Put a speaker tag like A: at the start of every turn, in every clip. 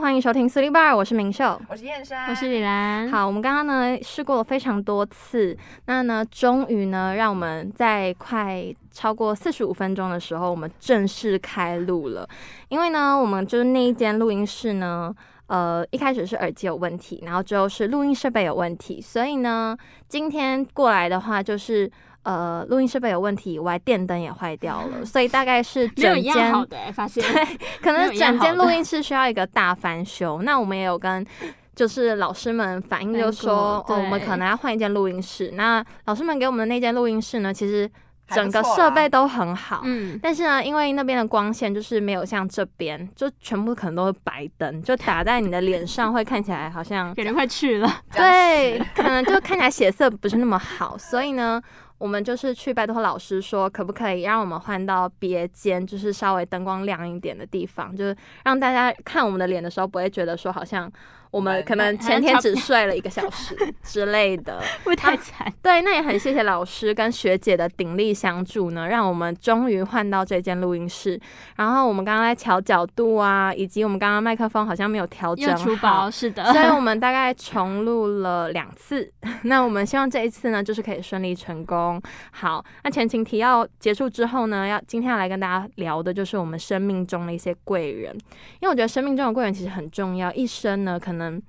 A: 欢迎收听四零八二，我是明秀。
B: 我是燕山，
C: 我是李兰。，
A: 好，我们刚刚呢试过了非常多次，那呢，终于呢，让我们在快超过四十五分钟的时候，我们正式开录了。因为呢，我们就是那一间录音室呢，呃，一开始是耳机有问题，然后之后是录音设备有问题，所以呢，今天过来的话就是。呃，录音设备有问题以外，电灯也坏掉 了，所以大概是
C: 没有
A: 整
C: 一
A: 间
C: 样好的、欸，发现。
A: 可能
C: 没有一样
A: 整间
C: 好的
A: 录音室需要一个大翻修。那我们也有跟就是老师们反映，就说
C: 反映过
A: 哦，我们
C: 对
A: 可能要换一间录音室。那老师们给我们的那间录音室呢，其实
B: 还不
A: 整个
B: 错啦啊
A: 设备都很好。
C: 啊嗯，
A: 但是呢，因为那边的光线就是没有像这边，就全部可能都是白灯，就打在你的脸上，会看起来好像
C: 感觉快去了。
B: 这样
A: 对，可能就看起来血色不是那么好，所以呢，我们就是去拜托老师说，可不可以让我们换到别间，就是稍微灯光亮一点的地方，就是让大家看我们的脸的时候，不会觉得说好像我们可能前天只睡了一个小时之类的。
C: 会不会太惨？
A: 对，那也很谢谢老师跟学姐的鼎力相助呢，让我们终于换到这间录音室。然后我们刚刚在调角度啊，以及我们刚刚麦克风好像没有调整
C: 又出
A: 好
C: 包，是的。
A: 所以我们大概重录了两次， 那我们希望这一次呢，就是可以顺利成功。好，那前情提要结束之后呢，要今天要来跟大家聊的就是我们生命中的一些贵人，因为我觉得生命中的贵人其实很重要，一生呢可能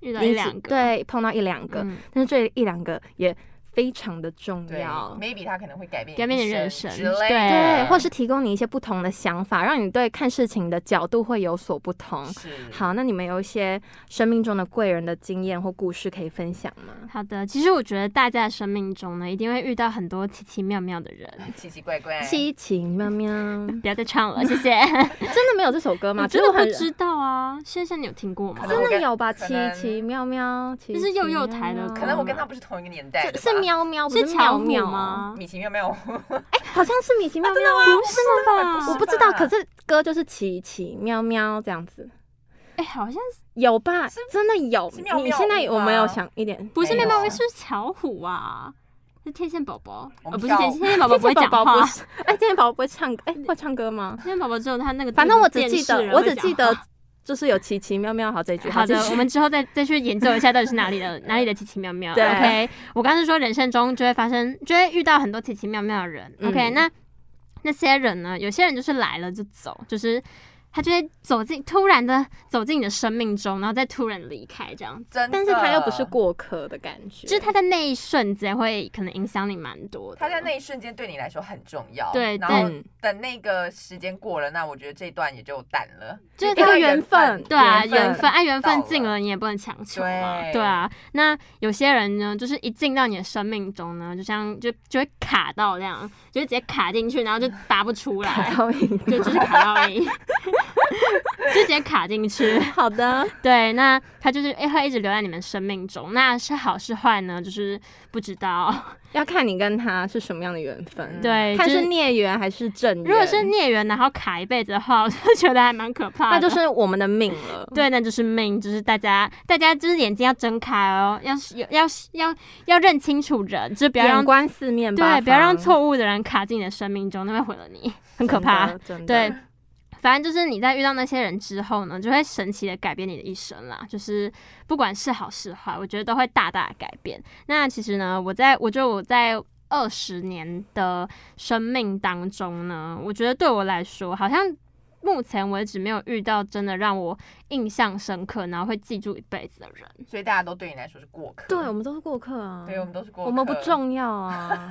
C: 遇到
A: 你
C: 一
A: 只
C: 两个，
A: 对碰到一两个，
C: 嗯，
A: 但是这一两个也非常的重
B: 对
A: 要。
B: ，maybe 他可能会改变
C: 改变你人
B: 生
C: 生
B: 之类
C: 对
A: 对，
B: 的，
A: 或是提供你一些不同的想法，让你对看事情的角度会有所不同。
B: 是，
A: 好，那你们有一些生命中的贵人的经验或故事可以分享吗？
C: 好的，其实我觉得大家的生命中呢，一定会遇到很多奇奇妙妙的人。
B: 奇奇怪怪，
A: 七情喵喵，真
C: 不要再 唱了，谢谢。
A: 的没有这首歌吗？
C: 我
A: 其
C: 真
A: 实我
C: 的不
A: 很
C: 知道啊，先生你有听过吗
B: 可？能
A: 真
B: 我
A: 的
B: 跟
A: 有吧？
B: 可
A: 七
B: 能
A: 情喵喵，七
C: 就是
A: 情
C: 幼
A: 喵
C: 幼台的
A: 喵
B: 可能我跟他不是同一个年代的
A: 是是
B: 吧
A: 喵喵，不
C: 是
A: 喵
C: 巧虎
A: 喵？
C: 吗？
B: 米奇妙妙，
A: 好像是米奇妙妙，
C: 不是吧？
A: 我
B: 是
A: 不知道。
B: 吧
A: 可是歌就是奇奇喵喵这样子，
C: 哎，好像是
A: 有吧
B: 是？
A: 真的有
B: 是妙。
A: 你
B: 妙
A: 现在
B: 屋
A: 有没有
B: 吗
A: 想一点？
C: 不是
B: 没
C: 面
B: 有
C: 包，哎是巧虎啊，是天线宝宝，
B: 我
C: 呃，
B: 们
C: 不是
B: 跳
C: 天线天线宝宝不会
A: 健
C: 讲
A: 宝宝
C: 话
A: 不，是？ 哎，健宝宝不会唱歌，哎，会唱歌 吗？
C: 天线宝宝只有他那个，
A: 反正我只记得，我只记得。就是有奇奇妙妙好这一句。
C: 好的
A: 继，续
C: 我们之后再再去研究一下到底是哪里的哪里的奇奇妙妙。
A: 对
C: OK，我刚刚是说人生中就会发生，就会遇到很多奇奇妙妙的人。
A: 嗯
C: OK，那那些人呢？有些人就是来了就走，就是他就会走进，突然的走进你的生命中，然后再突然离开，这样。
B: 真的，
A: 但是他又不是过客的感觉，
C: 就是他在那一瞬间会可能影响你蛮多的。
B: 他在那一瞬间对你来说很重要，
C: 对
B: 然后
A: 嗯
B: 等那个时间过了，那我觉得这一段也就淡了，
C: 就是
A: 一
C: 他
A: 个
B: 个
A: 缘
B: 缘
A: 分
B: 分，
C: 对啊，
A: 缘分
C: 缘分，哎，缘分
B: 到
C: 尽
B: 了
C: 了，你也不能强求啊。
B: 对
C: 对啊，那有些人呢，就是一进到你的生命中呢，就像就就会卡到这样，就会直接卡进去，然后就拔不出 来，
A: 然后赢
C: 就就是卡到而已， 就直接卡进去。
A: 好 的，
C: 对，那他就是哎会一直留在你们生命中，那是好是坏呢？就是不知道。
A: 要看你跟他是什么样的缘分，
B: 嗯
C: 对，
A: 嗯看
C: 就是是
A: 孽缘还是正缘。
C: 如果是孽缘，然后卡一辈子的话，我就觉得还蛮可怕的。
A: 那就是我们的命了。
C: 对，那就是命，就是大家，大家就是眼睛要睁开哦，要是有要是要要认清楚人，就是不要
A: 眼
C: 让
A: 观四面八
C: 对，
A: 方，
C: 不要让错误的人卡进你的生命中，那会毁了你，很可怕。
A: 真的，真的
C: 对，反正就是你在遇到那些人之后呢，就会神奇的改变你的一生啦。就是不管是好是坏，我觉得都会大大的改变。那其实呢，我在我觉得我在二十年的生命当中呢，我觉得对我来说，好像目前为止没有遇到真的让我印象深刻，然后会记住一辈子的人。
B: 所以大家都对你来说是过客，
A: 对，我们都是过客啊，
B: 对，我们都是过客，
A: 我们不重要 啊，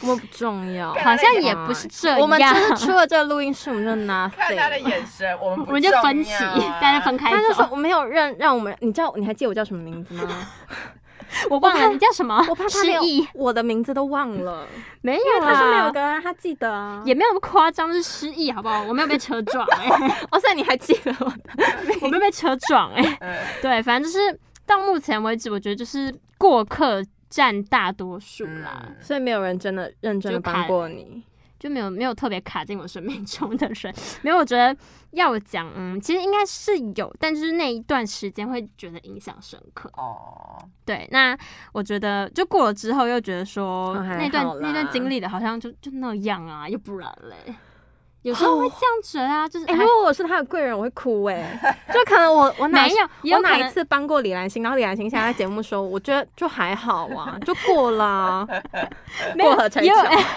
A: 我们不重要，
B: 看
C: 好像也不是这样，
A: 啊我们 就是出了这个录音室，我们就
B: 看他的
A: nothing。
B: 眼神，我们
C: 我
B: 不
C: 们就
B: 重要
C: 分歧，
B: 啊
C: 大家分开
A: 他就说
C: 走。
A: 我没有认让我们，你叫你还记得我叫什么名字吗？
C: 我忘了你叫什么，
A: 我怕他
C: 失
A: 没有
C: 忆，
A: 我的名字都忘了，
C: 没
A: 因为
C: 有
A: 他是没
C: 啦
A: 有。跟他记得啊。
C: 也没有那么夸张，是失忆，好不好？我没有被车撞、哎，
A: 哦，所以你还记得我的？
C: 我没有被车撞、哎，
B: 嗯
C: 对，反正就是到目前为止，我觉得就是过客占大多数啦，
B: 嗯
A: 所以没有人真的认真的
C: 就看
A: 帮过你。
C: 就没有没有特别卡进我生命中的人。 没有，我觉得要我讲，嗯，其实应该是有，但就是那一段时间会觉得印象深刻。
B: 哦，
C: 对，那我觉得就过了之后，又觉得说
A: 哦还
C: 那段
A: 好啦
C: 那段经历的好像就就那样啊，又不然嘞。有时候会这样觉得啊，就是
A: 哦哎、
C: 哎
A: 如果我是他的贵人，我会哭哎、 就可能我我哪
C: 没有，也
A: 我
C: 有可
A: 哪一
C: 能
A: 次帮过李兰心，然后李兰心现在在节目说，我觉得就还好 啊，就过了啊、
C: 没有
A: 过河拆
C: 也有哎
A: 桥。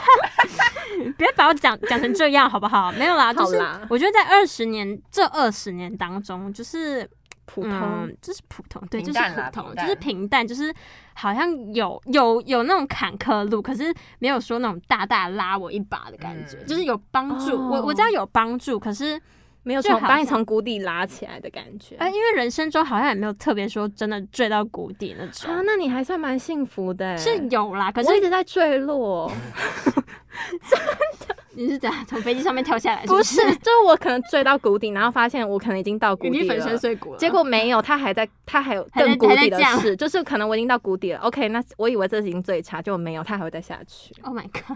C: 不要把我讲讲成这样好不好？没有啦，就是
A: 啊好啦
C: 我觉得在二十年这二十年当中，就是
A: 普通、
C: 嗯，就是普通，对，就
B: 平
C: 是
B: 淡
C: 普
B: 啦
C: 通，
B: 平
C: 就
B: 淡
C: 是平淡，就是好像有有有那种坎坷路，可是没有说那种大大拉我一把的感觉，
B: 嗯
C: 就是有帮助。
A: 哦
C: 我我知道有帮助，可是
A: 没有
C: 就
A: 从
C: 好
A: 把你
C: 像
A: 从谷底拉起来的感觉。
C: 哎、因为人生中好像也没有特别说真的坠到谷底那种，
A: 啊，那你还算蛮幸福的、欸，
C: 是有啦。可是
A: 我一直在坠落，
C: 你是怎样从飞机上面跳下来？
A: 不
C: 是
A: 是， 就是我可能坠到谷底，然后发现我可能已经到谷
C: 已经
A: 底
C: 粉身
A: 了。
C: 碎骨了，
A: 结果没有，他还在，他还有
C: 还在
A: 更谷
C: 还在
A: 底的
C: 降
A: 事，就是可能我已经到谷底了。OK，那我以为这已经最差，结果没有，他还会再下去。
C: Oh my god，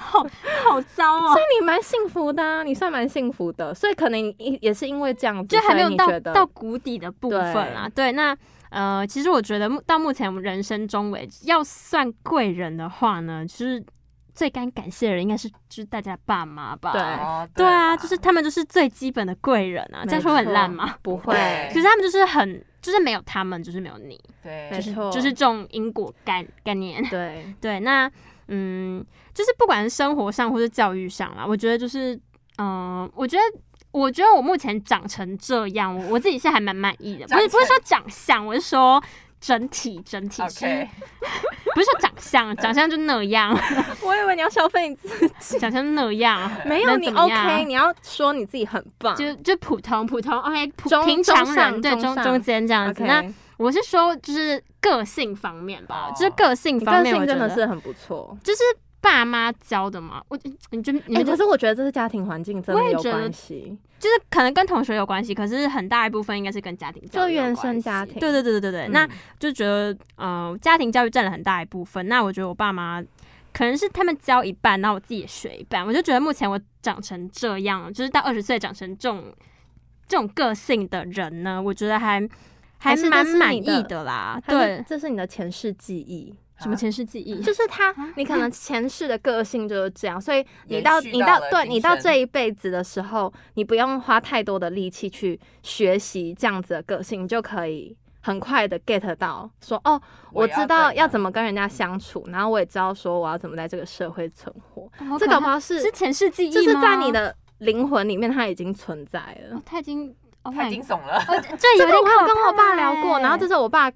C: 好 好糟哦
A: 所！以你蛮幸福的、啊，你算蛮幸福的，所以可能你也是因为这样子，
C: 就还没有
A: 所以
C: 到
A: 你觉得
C: 到谷底的部分啊。对，那呃，其实我觉得目到目前我们人生中为止，要算贵人的话呢，就是最该感谢的人应该是就是大家的爸妈吧。
A: 对
B: 哦，
C: 对啊，
B: 啦
C: 就是他们就是最基本的贵人啊。这样说很烂吗？
A: 不会，
C: 可是他们就是很，就是没有他们，就是没有你，
A: 没
B: 对，
C: 就是
A: 错
C: 就是这种因果概概念。
A: 对，
C: 对，那嗯，就是不管是生活上或是教育上啦，我觉得就是嗯、呃我觉得。我觉得我目前长成这样，我我自己是还蛮满 意的，不
B: 长
C: 是
B: 成
C: 不是说长相，我是说整体整体是
B: OK，
C: 不是说长相， 长相就那样，
A: 我以为你要消费你自己，
C: 长相就那样，
A: 没有
C: 能
A: 你
C: 怎么样
A: OK，你要说你自己很棒，
C: 就就普通普通，OK，普
A: 中
C: 平常
A: 中
C: 人
A: 上
C: 对
A: 中
C: 中
A: 上
C: 中间这样子。
A: OK，
C: 那我是说就是个性方面吧，
B: 哦
C: 就是个性
A: 你
C: 方
A: 个
C: 面，
A: 性
C: 我觉
A: 真的
C: 得
A: 是很不错。
C: 就是爸妈教的嘛，我你就你
A: 哎、
C: 们
A: 可是我觉得这是家庭环境真
C: 我
A: 的
C: 也
A: 有
C: 觉得
A: 关系，
C: 就是可能跟同学有关系，可是很大一部分应该是跟家庭教育有
A: 就原
C: 关
A: 生
C: 系
A: 家庭
C: 对对对对对对，
A: 嗯
C: 那就觉得呃，家庭教育占了很大一部分。那我觉得我爸妈可能是他们教一半，然后我自己也学一半。我就觉得目前我长成这样，就是到二十岁长成这种这种个性的人呢，我觉得还还
A: 还是这
C: 蛮
A: 是
C: 满
A: 你
C: 意
A: 的
C: 的啦。
A: 它是
C: 对，
A: 这是你的前世记忆。
C: 什么前世记忆？
A: 就是他，你可能前世的个性就是这样，所以你到
B: 延续
A: 你
B: 到
A: 到
B: 了
A: 对
B: 今
A: 你到
B: 生
A: 这一辈子的时候，你不用花太多的力气去学习这样子的个性，你就可以很快的 get 到说哦，我
B: 我
A: 知道要
B: 么
A: 怎么跟人家相处，然后我也知道说我要怎么在这个社会存活。
C: 好
A: 这
C: 哦可
A: 搞不
C: 怕
A: 好是
C: 是前世记忆吗？
A: 就是在你的灵魂里面，它已经存在了
C: 哦，。他已经，Oh
B: 太
C: my，
B: 惊悚了，
C: 哦这这
A: 这
C: 有
A: 个
C: 点
A: 我有
C: 可
A: 跟我爸
C: 怕
A: 聊过，
C: 欸
A: 然后这是我爸，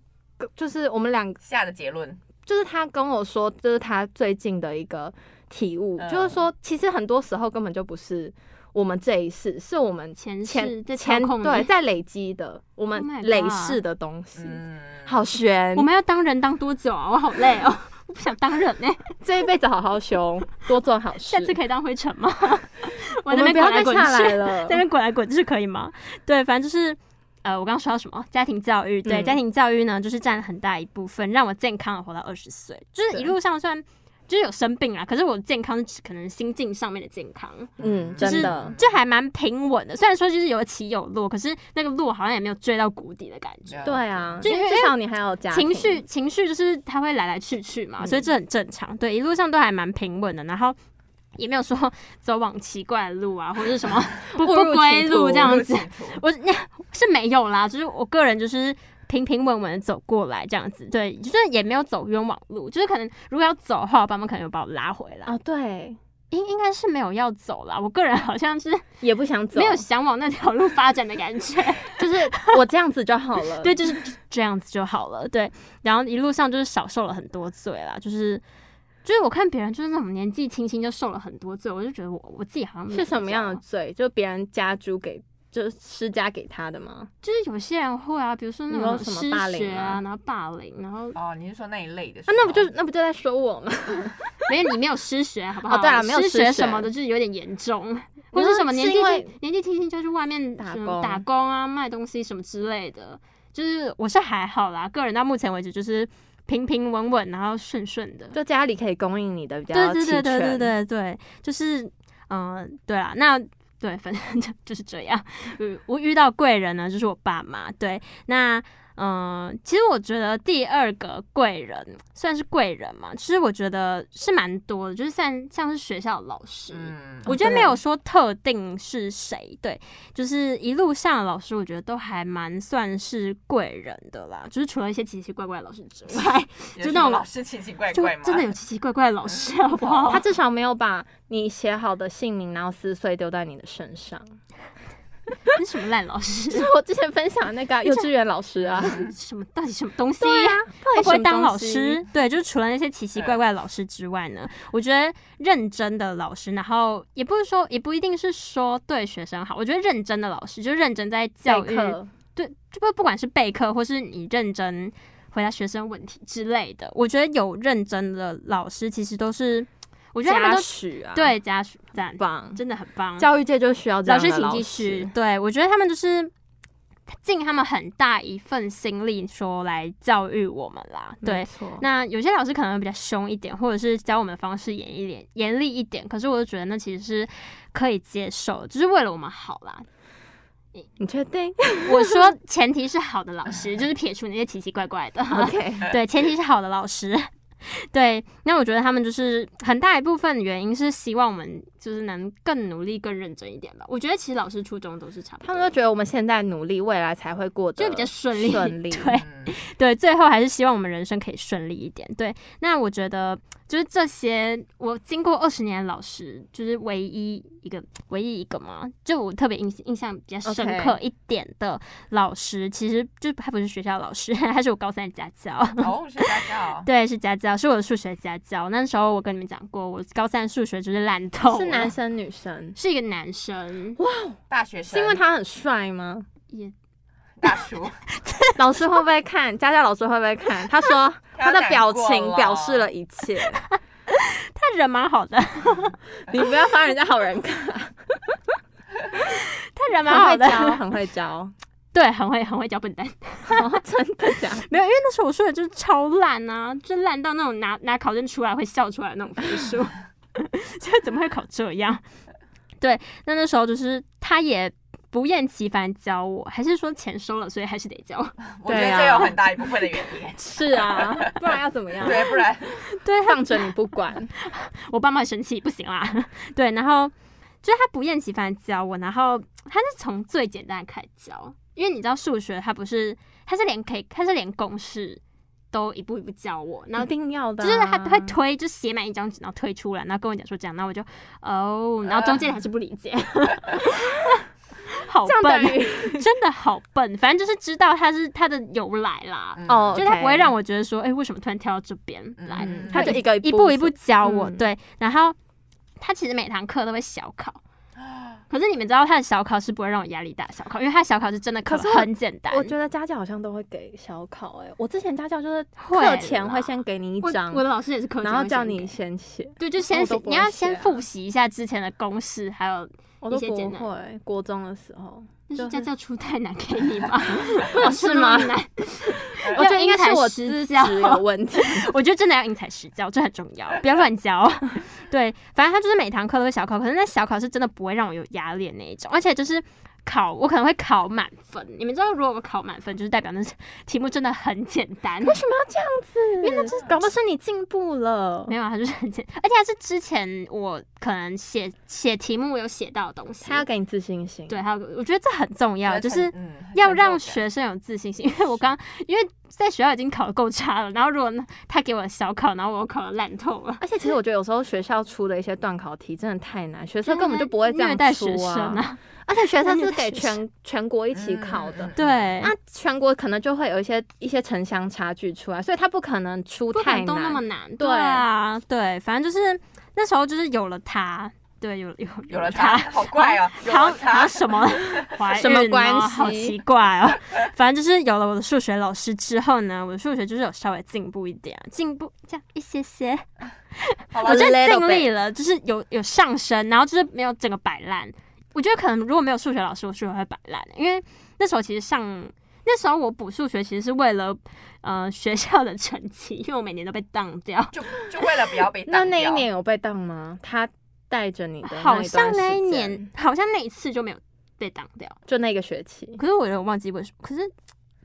A: 就是我们两个
B: 下的结论
A: 就是他跟我说，这是他最近的一个体悟，
B: 嗯
A: 就是说，其实很多时候根本就不是我们这一世，是我们
C: 前世
A: 前
C: 在操
A: 前
C: 控你
A: 对在累积的，我
C: Oh my
A: 们
C: god
A: 累世的东西。
B: 嗯，
A: 好悬
C: 我，们要当人当多久啊？我好累哦， 我不想当人呢、
A: 这一辈子好好 修，多做好事。
C: 下次可以当灰尘 吗？
A: 我
C: 我在那
A: 们
C: 边
A: 不要再
C: 滚来滚
A: 下来
C: 去，
A: 了
C: 在那。边滚来滚去可以吗？对，反正就是。呃，我刚刚说到什么？家庭教育，对，
A: 嗯
C: 家庭教育呢，就是占了很大一部分，让我健康的活到二十岁。就是一
A: 对
C: 路上虽然就是有生病啦，可是我健康是指可能心境上面的健康，
A: 嗯，
C: 就是
A: 真的，
C: 就还蛮平稳的。虽然说就是有起有落，可是那个落好像也没有追到谷底的感觉。
B: 了
A: 对啊，
C: 就
A: 因为
C: 因为
A: 至少你还有家
C: 情
A: 庭
C: 绪情绪就是它会来来去去嘛，
A: 嗯
C: 所以这很正常。对，一路上都还蛮平稳的，然后也没有说 走往奇怪的路啊，或者是 什么不
A: 误
C: 不
A: 入
C: 归
A: 歧
C: 路
A: 途
C: 这样子
B: 入。歧途
C: 我 是没有啦，就是我个人就是。平平稳稳的走过来，这样子，对，就是也没有走冤枉路，就是可能如果要走的话，我爸妈可能有把我拉回来，
A: 啊，对，
C: 应应该是没有要走啦。我个人好像是
A: 也不想走
C: 没，有想往那条路发展的感觉，
A: 就是 我这样子就好了。
C: 对，就是这样子就好了。对，然后一路上就是少受了很多罪啦，就是就是我看别人就是那种年纪轻轻就受了很多罪，我就觉得我我自己好像没有
A: 是什嗯么样的
C: 这？啊
A: 罪？就别人家猪给，就是施加给他的吗？
C: 就是有些人会啊，比如说那
A: 你说
C: 种
A: 什么
C: 失
A: 霸凌
C: 学啊，
A: 吗
C: 然后霸凌，然后
B: 哦，你是说那一类的时
A: 啊
B: 候？，
A: 那不就那不就在说我 吗？
C: 没有你没有失学好不好？
A: 哦对啊没有
C: 失
A: 失
C: 学
A: 学
C: 什么的，就是有点严重，
A: 我
C: 或是
A: 说
C: 什 么
A: 是
C: 年纪
A: 因为
C: 轻年纪轻轻就去外面
A: 打
C: 什么
A: 工
C: 打工啊、卖东西什么之类的，就是我是还好啦，个人到目前为止就是平平稳稳，然后顺顺的。
A: 就家里可以供应你的比较
C: 对
A: 齐全。
C: 对对对对对对，就是嗯、呃对啦，那 对，反正就就是这样。嗯我遇到贵人呢，就是我爸妈。对，那嗯，其实我觉得第二个贵人算是贵人嘛，其实我觉得是蛮多的，就是像像是学校的老师，
B: 嗯，
C: 我觉得没有说特定是谁，对，就是一路上的老师，我觉得都还蛮算是贵人的啦，就是除了一些奇奇怪怪的老师之外，
B: 有
C: 就
B: 什
C: 那
B: 么
C: 种
B: 老师奇奇怪
C: 就
B: 怪吗？
C: 真的有奇奇怪怪的老师，好不好？
A: 他至少没有把你写好的姓名然后撕碎丢在你的身上。
C: 是什么烂老师？
A: 就是我之前分享的那个 啊幼稚园老师啊，
C: 什么到底什么东西？
A: 对啊，到底
C: 会不会
A: 什么
C: 当老
A: 东西
C: 师？？对，就是除了那些奇奇怪怪的老师之外呢，我觉得认真的老师，然后也不是说，也不一定是说对学生好，我觉得认真的老师就认真在教
A: 备
C: 育，
A: 课
C: 对，就不不管是备课或是你认真回答学生问题之类的，我觉得有认真的老师其实都是，我觉得他们
A: 嘉
C: 都
A: 许啊，，
C: 对家属赞，
A: 棒。
C: 真的很棒。
A: 教育界就需要这
C: 老
A: 样的
C: 师，
A: 老
C: 请继续。对我觉得他们就是尽他们很大一份心力，说来教育我们啦。
A: 没
C: 对，
A: 错
C: 那有些老师可能比较凶一点，或者是教我们的方式严一点、严厉一点，可是我就觉得那其实是可以接受的，就是为了我们好啦。
A: 你确定
C: 我 说前提是好的老师，就是撇除那些奇奇怪怪的。
A: ？OK，
C: 对，前提是好的老师。 对，那我觉得他们就是很大一部分原因是希望我们就是能更努力、更认真一点吧。我觉得其实老师初衷都是差不
A: 他
C: 多
A: 们
C: 的，
A: 都觉得我们现在努力，未来才会过得
C: 就比较顺利。
A: 顺利。
C: 对
B: 嗯
C: 对，最后还是希望我们人生可以顺利一点。对，那我觉得就是这些，我经过二十年的老师，就是唯一一个唯一一个嘛，就我特别印印象比较深
A: OK
C: 刻一点的老师其实就他不是学校老师， 他是我高三的家教。，
B: 哦，是家教
C: 对，是家教，是我的数学家教。那时候我跟你们讲过，我高三数学就是烂透了，
A: 是男生女生？
C: 是一个男生，
B: 大学生，
A: 是因为他很帅吗？
C: 也
B: 大 叔，
A: 老师会不会看？家教老师会不会看？他说 他
B: 他
A: 的表
B: 难过
A: 情
B: 了
A: 表示了一切。
C: 他人蛮好的，
A: 你不要翻人家好人看，
C: 他人蛮
A: 很
C: 好
A: 会
C: 的，
A: 教，很会教。
C: 对，很会很会教笨蛋。
A: 真的假的？
C: 没有，因为那时候我数学就是超烂啊，就烂到那种拿拿考卷出来会笑出来的那种分数，这怎么会考这 样？对，那那时候就是他也不厌其烦教我，还是说钱收了，所以还是得教。
B: 我觉
A: 对
B: 得
A: 啊，
B: 这有很大一部分的原因
A: 是啊，不然要怎么样？
B: 对，不然
C: 对，他
A: 放着你不管，
C: 我爸妈很生气，不行啦。 对，然后就是他不厌其烦地教我，然后他是从最简单的开始教，因为你知道数学它不是，它是连可以，它是连公式都一步一步教我，然
A: 一
C: 后
A: 定要的
C: 就
A: 啊。
C: 是他会推，就写满一张纸，然后推出来，然后跟我讲说这样，那我就哦，然后中间还是不理 解， 好
A: 这样等
C: 笨，
A: 于
C: 真的好笨，反正就是知道它是它的由来啦，
A: 哦，
C: 就他不会让我觉得说，哎、为什么突然跳到这边来？
B: 嗯
C: 他
A: 他就一个
C: 一
A: 一
C: 步
A: 步
C: 一步教我，
A: 嗯
C: 对。然后他其实每堂课都会小 考，可是你们知道他的小考是不会让我压力大的小考，因为他的小考是真的可
A: 可是我
C: 很简单。
A: 我觉得家教好像都会给小考、欸，哎，我之前家教就是
C: 会
A: 课前
C: 啦
A: 会先给你一
C: 我
A: 张
C: 我，的老师也是课，
A: 然后叫你先写，
C: 对，就
A: 我
C: 先
A: 都不
C: 你
A: 会
C: 要
A: 写
C: 先
A: 啊
C: 复习一下之前的公式，还有
A: 我都
C: 一些
A: 不
C: 简单
A: 会。国中的时候，
C: 那
A: 就是是
C: 家教出太难给你吧？
A: 是吗
C: 出那么难
A: 我觉得应该是我
C: 因材
A: 资
C: 施
A: 质
C: 教
A: 有问题。
C: 我觉得真的要因材施教，这很重要，不要乱教。 对，反正他就是每堂课都会小考，可是那小考是真的不会让我有压力的那一种，而且就是考我可能会考满分。你们知道，如果我考满分，就是代 表那题目真的很简单。
A: 为什么要这样子？因为这搞不好是你进步了
C: 没。有啊，它就是很简，而且它是之前我可能写写题目有写到的东西。
A: 他要给你自信心，
C: 对，还有我觉得这很重要，
B: 觉得
C: 就是
B: 成嗯
C: 要
B: 成
C: 让
B: 就感
C: 学生有自信心，因为我刚因为在学校已经考得够差了，然后如果他给我小考，然后我考得烂透了，
A: 而且其实我觉得有时候学校出的一些断考题真的太难，学生
C: 对啊
A: 根本就不会这
C: 虐
A: 样
C: 待学
A: 出
C: 生
A: 啊。
C: 啊，
A: 而且学生
C: 虐
A: 是
C: 待
A: 给
C: 学生
A: 全全国一起考的
B: 嗯嗯，
C: 对，
A: 那全国可能就会有一些一些城乡差距出来，所以他不可能出
C: 不可
A: 太
C: 能都那么
A: 难。
C: 难，对啊，对，反正就是那时候就是有了他，对，有有
B: 有
C: 了
B: 了他，好怪哦，有
C: 好
B: 了
C: 好
B: 他，
C: 什么怀
A: 什么
C: 孕哦
A: 关
C: 好
A: 系
C: 奇怪哦。反正就是有了我的数学老师之后呢，我的数学就是有稍微进步一点，进步这样一些些，
B: 好了
C: 我，真的
A: little
C: 尽力了，就是有有上升，然后就是没有整个摆烂。我觉得可能如果没有数学老师，我数学会摆烂，因为那时候其实上那时候我补数学其实是为了呃学校的成绩，因为我每年都被当 掉。
B: 就就为了不要被
A: 那
B: 当
A: 那一
B: 掉
A: 年有被当吗？他带着你的那
C: 好
A: 一
C: 像
A: 段
C: 那
A: 时
C: 一
A: 间
C: 年，好像那一次就没有被挡掉。
A: 就那个学期，
C: 可是我有点忘记为什么，可是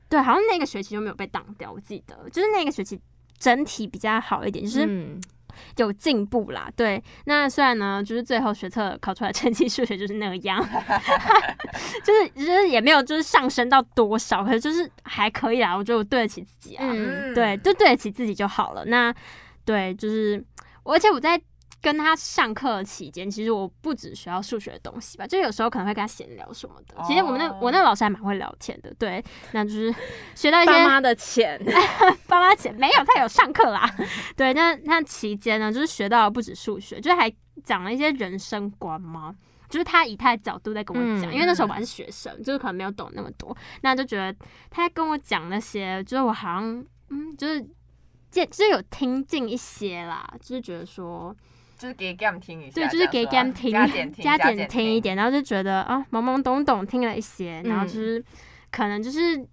C: 对，好像那个学期就没有被挡掉，我记得就是那个学期整体比较好一点，就是
A: 嗯
C: 有进步啦。对，那虽然呢，就是最后学测考出来的成绩，数学就是那样， 就是就是也没有就是上升到多少，可是就是还可以啦，我觉得我对得起自己啊，
A: 嗯
C: 对，就对得起自己就好了。那对，就是我而且我在。跟他上课期间，其实我不只学到数学的东西吧，就有时候可能会跟他闲聊什么的。其实我们那
B: 哦
C: 我那个老师还蛮会聊天的，对，那就是学到一些
A: 爸妈的钱，
C: 爸妈钱没有，他有上课啦。 对，那那期间呢，就是学到了不止数学，就是还讲了一些人生观嘛。就是他以他的角度在跟我讲，
A: 嗯
C: 因为那时候我还是学生，就是可能没有懂那么多，那就觉得他在跟我讲那些，就是我好像嗯，就是见就是有听进一些啦，就是觉得说
B: 就是给 gam 听一下，
C: 对，就是
B: 这
C: 给
B: 样
C: gam
B: 说啊加
C: 听，
B: 减听，
C: 加
B: 减
C: 减听 一。点，然后就觉得啊，懵懵懂懂听了一些，然后
A: 嗯
C: 就是、可能就是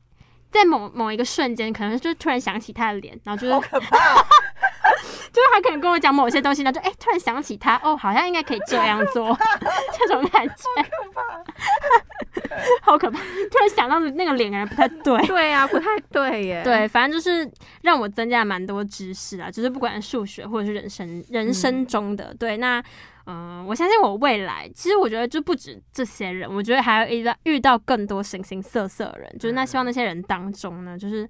C: 在某某一个瞬间，可能就突然想起他的脸，然后就是
B: 好可怕哦！
C: 就是他可能跟我讲某些东西，然后就哎、突然想起他，哦，好像应该可以这样做， 这种感觉 好可怕，突然想到那个脸感觉不太对。
A: 对啊，不太对耶。
C: 对，反正就是让我增加了蛮多知识啊，就是不管是数学或者是人生人生中的、对，那嗯、呃我相信我未来，其实我觉得就不止这些人，我觉得还会遇到遇到更多形形色色的人，就是那
B: 嗯
C: 希望那些人当中呢，就是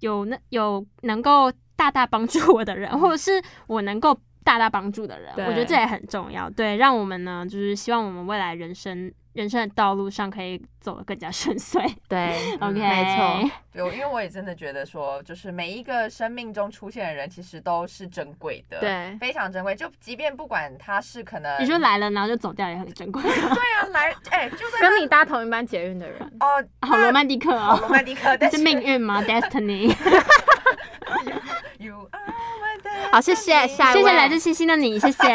C: 有那有能够大大帮助我的人，或者是我能够。大大帮助的人，
A: 嗯对
C: 我觉得这也很重要。对，让我们呢，就是希望我们未来人生人生的道路上可以走得更加顺遂。
A: 对 嗯
C: OK，
A: 没错，
B: 对，我因为我也真的觉得说，就是每一个生命中出现的人，其实都是珍贵的，，
A: 对，
B: 非常珍贵。就即便不管他是可能，
C: 你说来了，然后就走掉也很珍贵。
B: 对啊， 来，哎，就算
A: 跟你搭同一班捷运的人，
B: 哦，
C: 好罗曼蒂克
B: 好
C: 哦，
B: 罗曼蒂克，但
C: 是
B: 是
C: 命运吗？Destiny。
B: You are my destiny
A: 好谢谢下一
C: 谢
A: 位
C: 谢来自星星的你， 谢谢。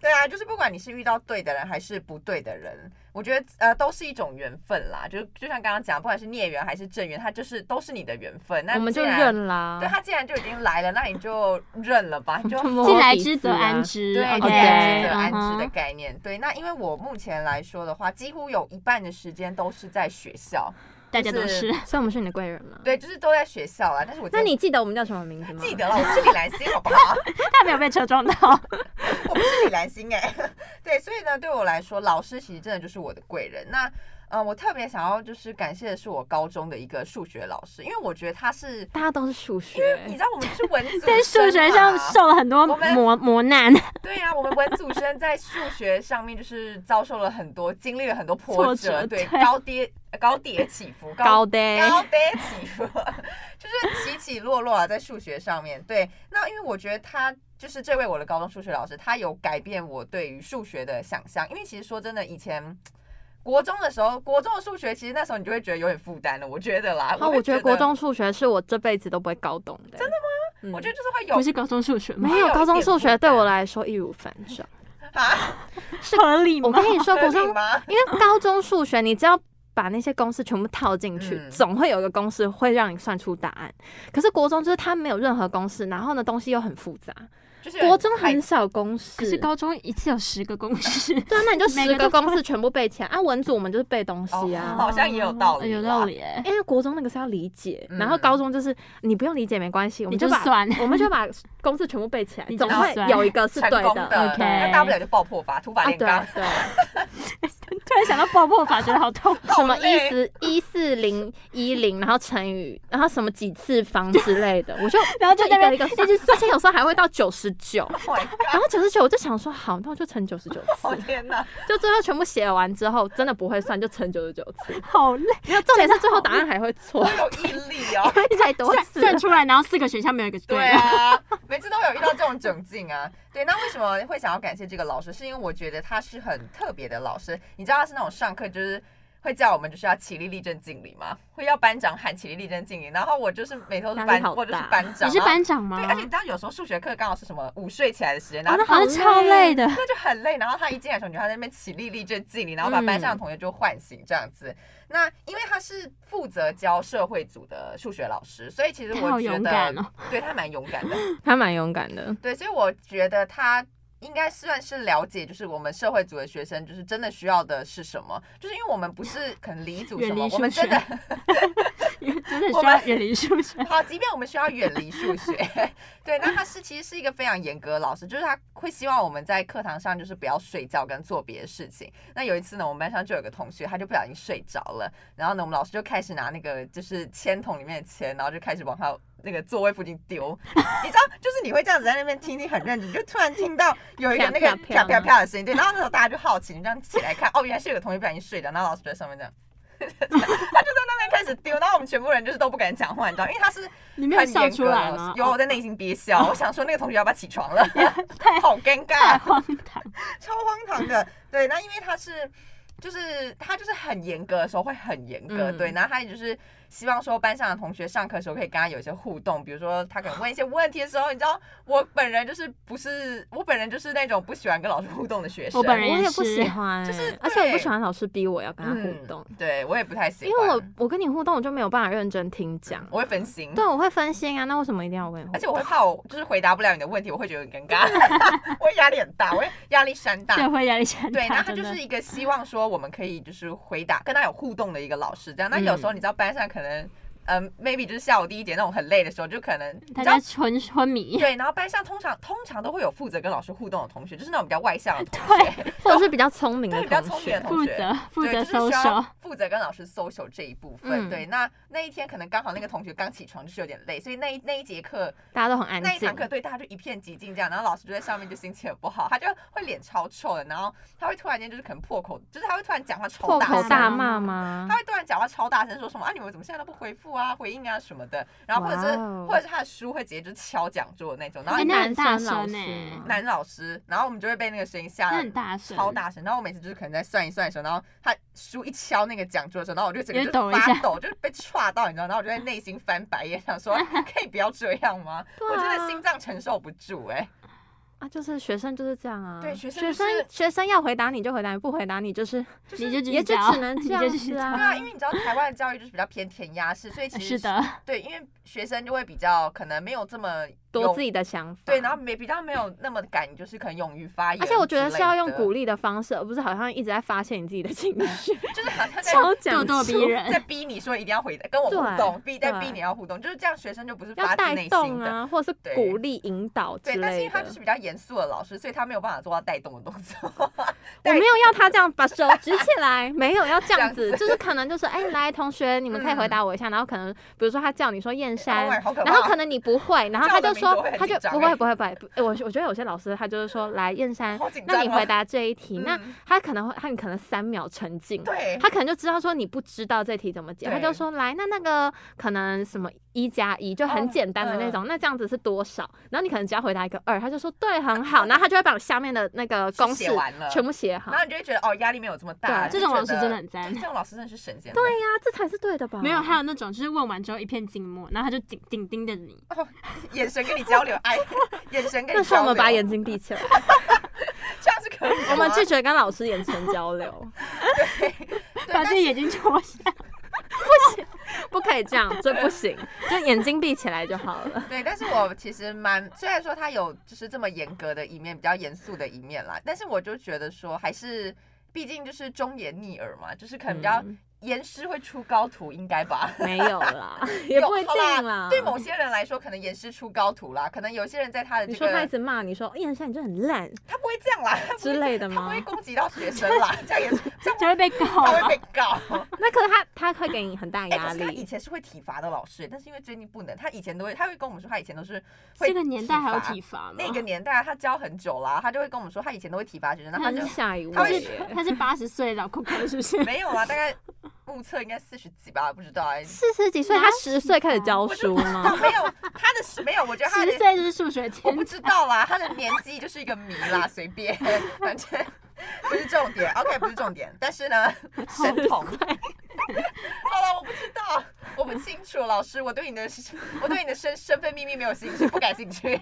B: 对啊，就是不管你是遇到对的人还是不对的人，我觉得呃都是一种缘分啦。就就像刚刚讲，不管是孽缘还是正缘，它就是都是你的缘分。那
A: 我们就
B: 既然，
A: 认啦
B: 对，他既然就已经来了，那你就认了 吧，你就
A: 就摸
C: 既来
A: 鼻
C: 之
A: 子
C: 则
A: 啊
C: 安之
B: 对，
C: ，OK，
B: 既然是
A: 则
B: 安
C: 嗯
B: 之的
C: 哼
B: 概念。对，那因为我目前来说的话，几乎有一半的时间都是在学校，
C: 大家都 是。
A: 所以我们是你的贵人吗？
B: 对，就是都在学校啦。但是我
A: 那你记得我们叫什么名字吗？
B: 记得了，我是李兰心，好不好？
C: 他没有被车撞到，
B: 我不是李兰心哎、 对，所以呢，对我来说，老师其实真的就是我的贵人。那呃，我特别想要就是感谢的是我高中的一个数学老师，因为我觉得他是，
A: 大家都是数学
B: 因为，你知道我们是文组、
C: 在数学上受了很多
B: 啊我们
C: 磨磨难，
B: 对呀、我们文组生在数学上面就是遭受了很多，经历了很多
C: 挫
B: 波
C: 折
B: 折，对，
C: 对
B: 高跌高跌起伏，
A: 高的
B: 高低起伏， 就是起起落落啊，在数学上面。对，那因为我觉得他就是这位我的高中数学老师，他有改变我对于数学的想象。因为其实说真的，以前。国中的时候，国中的数学其实那时候你就会觉得有点负担了，我觉得啦。
A: 哦，
B: 会
A: 我觉得国中数学是我这辈子都不会搞懂的。真的吗
B: 我觉得就是会有
C: 不是高中数学吗？
A: 没有
B: 有一
A: 高中
B: 点
A: 数
B: 负
A: 学对我
B: 担
A: 来说一如反掌。
B: 啊，
C: 合理吗
A: 我？跟你 说，国
B: 合
A: 中
B: 理吗？
A: 因为高中数学，你只要把那些公式全部套进去，
B: 嗯
A: 总会有一个公式会让你算出答案。可是国中就是它没有任何公式，然后呢东西又很复杂。
B: 就是
A: 国中
B: 太
A: 很少公式，
C: 可是高中一次有十个 公式，
A: 对啊，那你就
C: 每
A: 十
C: 个
A: 个
C: 都
A: 公式全部背起来啊。文组我们就是背东西啊。
B: 好像也有道理
C: 哦有
B: 啦
C: 道理哎。
A: 因为国中那个是要理解，
B: 嗯
A: 然后高中就是你不用理解没关系，我
C: 你
A: 们
C: 就
A: 把
C: 算
A: 我们就把公式全部背起来，
C: 你就
A: 总会
C: 算
A: 有一个是
B: 成
A: 对
B: 功
A: 的。
C: OK
B: 那大不了就爆破法、土
A: 啊，
B: 法炼
A: 对
B: 钢。
A: 对，
C: 突然想到爆破法，觉得 好 痛。
A: 什么
B: 好
A: 一
B: 累
A: 四一四零一零，然后乘以，然后什么几次方之类的，我就
C: 然后就
A: 就一
C: 在那
A: 个一个算，而且有时候还会到九十九，
B: Oh my god！
A: 然后九十九我就想说，好，那我就乘九十九
B: 我
A: 次，
B: 天 哪！
A: 就最后全部写完之后，真的不会算，就乘九十九次。
C: 好累，
A: 没有，重点是最后答案还会错
B: 好，有毅力哦。
A: 太多
C: 算
A: 次
C: 算出来，然后四个选项没有一个对
B: 对
C: 的。
B: 啊，每次都有遇到这种窘境啊。对，那为什么会想要感谢这个老师？是因为我觉得他是很特别的老师。你知道他是那种上课就是会叫我们就是要起立立正敬礼吗？会要班长喊起立立正敬礼。然后我就是每次都是
A: 压力
B: 班
A: 啊好，大
B: 我就是班长。
C: 你是
B: 然后
C: 班长吗
B: 对，？而且你知道有时候数学课刚好是什么午睡起来的时间，然
A: 啊
B: 后
A: 那
C: 好像超累的。
B: 那就很累。然后他一进来的时候，你就在那边起立立正敬礼，然后把班上
C: 嗯
B: 的同学就唤醒这样子。那因为他是负责教社会组的数学老师，所以其实
C: 他
B: 我
C: 好
B: 觉
C: 勇
B: 得，
C: 敢哦
B: 对他蛮勇敢的。
A: 他蛮勇敢的，
B: 对，所以我觉得他。应该算是了解，就是我们社会组的学生，就是真的需要的是什么，就是因为我们不是可 能理组什
C: 远
B: 么
C: 离，
B: 我
C: 数
B: 们
C: 学
B: 真的，
C: 因为真的
B: 我
C: 需要
B: 们
C: 远离数 学。
B: 好，即便我们需要远离数学，对，那他是其实是一个非常严格的老师，就是他会希望我们在课堂上就是不要睡觉跟做别的事情。那有一次呢，我们班上就有个同学，他就不小心睡着了，然后呢，我们老师就开始拿那个就是铅筒里面的铅，然后就开始往他。那个座位附近丢， 你知道，就是你会这样子在那边听，你很认真，你就突然听到有一个那个
C: 啪
B: 啪
C: 啪啪
B: 啪啪的声 音，对，然后那时候大家就好奇，你这样起来看，哦，原来是有个同学不小心睡着，然后老师就在上面这样， 他就在那边开始丢，然后我们全部人就是都不敢讲话，你知道，因为他是
C: 你没有
B: 很
C: 笑
B: 严
C: 出
B: 格
C: 来
B: 的老
C: 吗哦
B: 师？有，我在内心憋笑。我想说那个同学要不要起床 了？
C: 太
B: 好尴尬，
C: 太荒唐。
B: 超荒唐 的。对，那因为他是。就是他就是很严格的时候会很严格，
C: 嗯
B: 对，然后他也就是希望说班上的同学上课的时候可以跟他有一些互动，比如说他可能问一些问题的时候，你知道我本人就是不是我本人就是那种不喜欢跟老师互动的学生，
C: 我本人
A: 我
C: 也
A: 也不
C: 是
A: 喜欢、欸，
B: 就是
A: 而且我不
B: 对
A: 喜欢老师逼我要跟他互
B: 嗯
A: 动，
B: 对我也不太喜
A: 因
B: 欢，
A: 为我我跟你互动，我就没有办法认真听讲。
B: 我会分心，
A: 对，我会分心啊，那为什么一定要我跟你互
B: 嗯而
A: 动？
B: 且我会怕我就是回答不了你的问题，我会觉得很尴 尬， 我会压力很大，我会压力山大，
C: 对，会压力山
B: 对，
C: 大，
B: 那他
C: 真
B: 就
C: 的
B: 是一个希望说我们可以就是回答跟他有互动的一个老师，这样。那有时候你知道班上可能，嗯、m a y b e 就是下午第一节那种很累的时候，就可能你
C: 大
B: 知道
C: 家昏昏迷。
B: 对，然后班上通常通常都会有负责跟老师互动的同学，就是那种比较外向的同学，
A: 或者是比较聪明
B: 哦对，
A: 的
B: 比较
A: 同
B: 聪明
A: 学
B: 的，同
C: 负
B: 学。
C: 责负
B: 对，
C: 责
B: 就是
C: 搜
B: 需
C: 手
B: 要，啊负责跟老师搜 o 这一部分。
A: 嗯
B: 对，那那一天可能刚好那个同学刚起床，就是有点累，所以那一那一节课
A: 大家都很安
B: 那一
A: 静
B: 堂。课对大家就一片寂静这样，然后老师就在上面就心情很不好，他就会脸超臭的，然后他会突然间就是可能破口，就是他会突然讲话超
A: 破
B: 大
A: 口
B: 声，
A: 大骂吗
B: 他？会突然讲话超大声，说什么啊你们怎么现在都不回复啊回应啊什么的，然后或者是、
A: 哇哦
B: 或者是他的书会直接就敲讲桌的那种，然后
C: 哎、
A: 欸
C: 那
A: 男
C: 很大
A: 生
C: 声
A: 老
C: 呢、
A: 师吗
B: 男老师，然后我们就会被那个声音吓
C: 那
B: 到
C: 很大声，
B: 超大声，然后我每次就是可能在算一算的时候，然后他书一敲那个讲桌的时候，然后我就整个就
C: 因为抖一
B: 发
C: 下
B: 抖，就是被踹到，你知道，然后我就在内心翻白眼，想 说可以不要这样吗？
A: 对啊
B: 我真的心脏承受不住 哎、
A: 啊，就是学生就是这样啊。
B: 对学生
A: 学
B: 就
A: 生
B: 是
A: 学生要回答你就回答，不回答你就是
B: 就是
C: 你就
A: 也
C: 去
A: 就
C: 教，
A: 只能
C: 你
A: 这样
C: 就去
A: 子
B: 对
A: 啊
C: 教。
B: 啊，因为你知道台湾的教育就是比较偏填鸭式，所 以其实
C: 是的，
B: 对，因为学生就会比较可能没有这么
A: 多
B: 勇
A: 自己的想法。
B: 对，然后没比较没有那么敢，就是可能勇于发言之
A: 而
B: 类的，
A: 且我觉得是要用鼓励的方式，而不是好像一直在发泄你自己的情 绪，
B: 就是好像在
A: 超讲
C: 咄咄逼
A: 究
B: 在
C: 人，
B: 逼你说一定要回答，跟我
A: 对
B: 互动，逼在
A: 对
B: 逼你要互动，就是这样，学生就不是
A: 要
B: 发自
A: 带
B: 内
A: 动
B: 心的。
A: 啊，或者是
B: 对
A: 鼓励引导之
B: 对，但是因
A: 类
B: 为他
A: 的
B: 就。是比较严肃的老师，所以他没有办法做到带动的动 作。
A: 我没有要他这样把手举起来，没有要这样
B: 这
A: 子，
B: 样
A: 就是可能就是哎、来同学，你们可以回答我一下，然后可能比如说他叫你说燕山
B: Oh my，好可怕！
A: 啊然后可能你不 会，然后他就
B: 叫
A: 说
B: 我的名字我会很
A: 他就
B: 紧张
A: 不会
B: 欸
A: 不会不会，不哎我我觉得有些老师他就是说来燕山
B: 好紧，
A: 那你
B: 张哦
A: 回答这一题，那
B: 嗯
A: 他可能会他你可能三秒沉浸，
B: 对，
A: 他可能就知道说你不知道这题怎么解，他
B: 对
A: 就说来，那那个可能什么一加一就很
B: 嗯
A: 简单的那种，那这样子是多少？然后你可能只要回答一个二，他就说对，很好，然后他就会把我下面的那个
B: 是
A: 公
B: 写
A: 式
B: 完了
A: 全部写好。
B: 然后你就会觉得哦，压力没有这么大。
A: 对
B: 就
C: 这种
B: 觉
C: 老师
B: 得
C: 真的很赞
B: 对这种老师真的是神仙。
A: 对呀、这才是对的吧？
C: 没有，还有那种就是问完之后一片静默，然后他就紧紧盯着你，
B: 哦，眼神跟你交流， 哎，眼神跟
A: 那
B: 你
A: 时候
B: 交
A: 我
B: 流。
A: 们把眼睛闭 起来，
B: 这样是可以的吗。
A: 我们拒绝跟老师眼神交流，
B: 对
C: 把
B: 但
C: 自己眼睛戳 下。
A: 不可以这样，这不行，就眼睛闭起来就好了。
B: 对，但是我其实蛮，虽然说他有就是这么严格的一面，比较严肃的一面啦，但是我就觉得说，还是毕竟就是忠言逆耳嘛，就是可能比较
A: 嗯
B: 严师会出高徒，应该吧。
A: 没有 啦，也不一
B: 有好啦
A: 定啦。
B: 对某些人来说，可能严师出高徒啦，可能有些人在他的
A: 你
B: 这
A: 说他一
B: 个，
A: 直骂你说哎燕山你就很烂
B: 他不会这样啦，他不
A: 之
B: 会
A: 类的
B: 他不
A: 吗
B: 会？攻击到学生啦，这样也是这样
C: 就会被告
B: 他会
C: 了。
B: 被 告。
A: 那可是他他会给你很大
B: 哎，
A: 压
B: 可是他
A: 力
B: 以。前是会体罚的老师，但是因为最近不能，他以前都会，他会跟我们说，他以前都是会
C: 这个年代还有
B: 罚
C: 体罚吗？
B: 那个年代他教很久啦，他就会跟我们说，他以前都会体罚学生，那
A: 他
B: 他
A: 是
B: 就
A: 下一
B: 他
A: 位
B: 会
A: 耶，
C: 他是八十岁的老 Coco 是不是？
B: 没有啊，大概目测应该四十几吧，不知道哎、
A: 四十几岁，
C: 哪
A: 他十岁开始教
B: 我就
A: 书
B: 不知道，
A: 吗？
B: 没有他的是没有，我觉得他的
C: 十岁就是数学
B: 我
C: 天
B: 不知道啦，他的年纪就是一个谜啦，随便，反正不是重点，OK 不是重点，但是呢，神童，好了，我不知道，我不清楚，老师，我对你的我对你的身身份秘密没有兴趣，不感兴趣。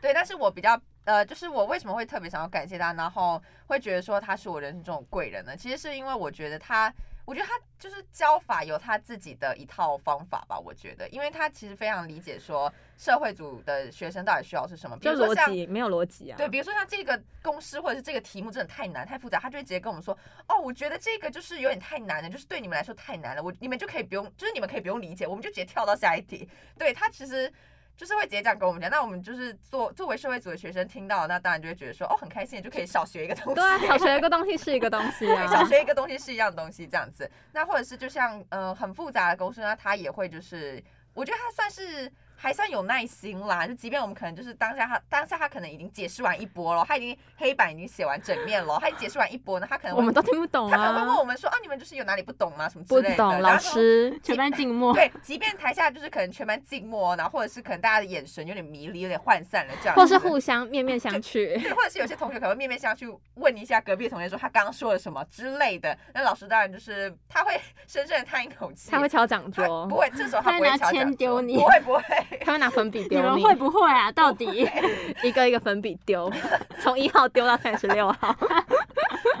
B: 对，但是我比较呃，就是我为什么会特别想要感谢他，然后会觉得说他是我人生中的贵人呢？其实是因为我觉得他。我觉得他就是教法有他自己的一套方法吧，我觉得，因为他其实非常理解说社会组的学生到底需要是什 么，比
D: 就
B: 如说
D: 逻
B: 像
D: 辑没有逻辑啊。
B: 对，比如说像这个公式或者是这个题目真的太难太复杂，他就会直接跟我们说，哦，我觉得这个就是有点太难了，就是对你们来说太难了，我你们就可以不用，就是你们可以不用理解，我们就直接跳到下一题。对他其实就是会直接这样跟我们讲，那我们就是作作为社会组的学生听到，那当然就会觉得说，哦，很开心，就可以少学一个东西。
D: 对啊，小学一个东西是一个东西
B: 对，小
D: 啊。
B: 学一个东西是一样东西这样子。那或者是就像呃很复杂的公式，那他也会就是，我觉得他算是还算有耐心啦。就即便我们可能就是当下他当下他可能已经解释完一波了，他已经黑板已经写完整面了，他已经解释完一波呢，他可能
D: 我
B: 会
D: 们都听不懂
B: 他可能会问
D: 啊，
B: 我们说啊你们就是有哪里不懂吗？什么之
A: 不
B: 类的。
A: 懂
B: 然
A: 老
B: 后
A: 师。
C: 全班静默，
B: 对，即便台下就是可能全班静默，然后或者是可能大家的眼神有点迷离，有点涣散了这样子，
D: 或是互相面面相觑。
B: 对，或者是有些同学可能会面面相觑，问一下隔壁的同学说他刚刚说了什么之类的。那老师当然就是他会深深的叹一口气，
D: 他会敲掌
B: 他
D: 桌
B: 不，会，这时候他
C: 他
B: 不会
C: 会拿
B: 敲
C: 铅
B: 掌桌
C: 丢你
B: 不会不会。
D: 他会拿粉笔
C: 你
D: 丢
C: 们
D: 你，
C: 会不会 啊？到底
D: 一个一个粉笔 丢，从一号丢到三十六号。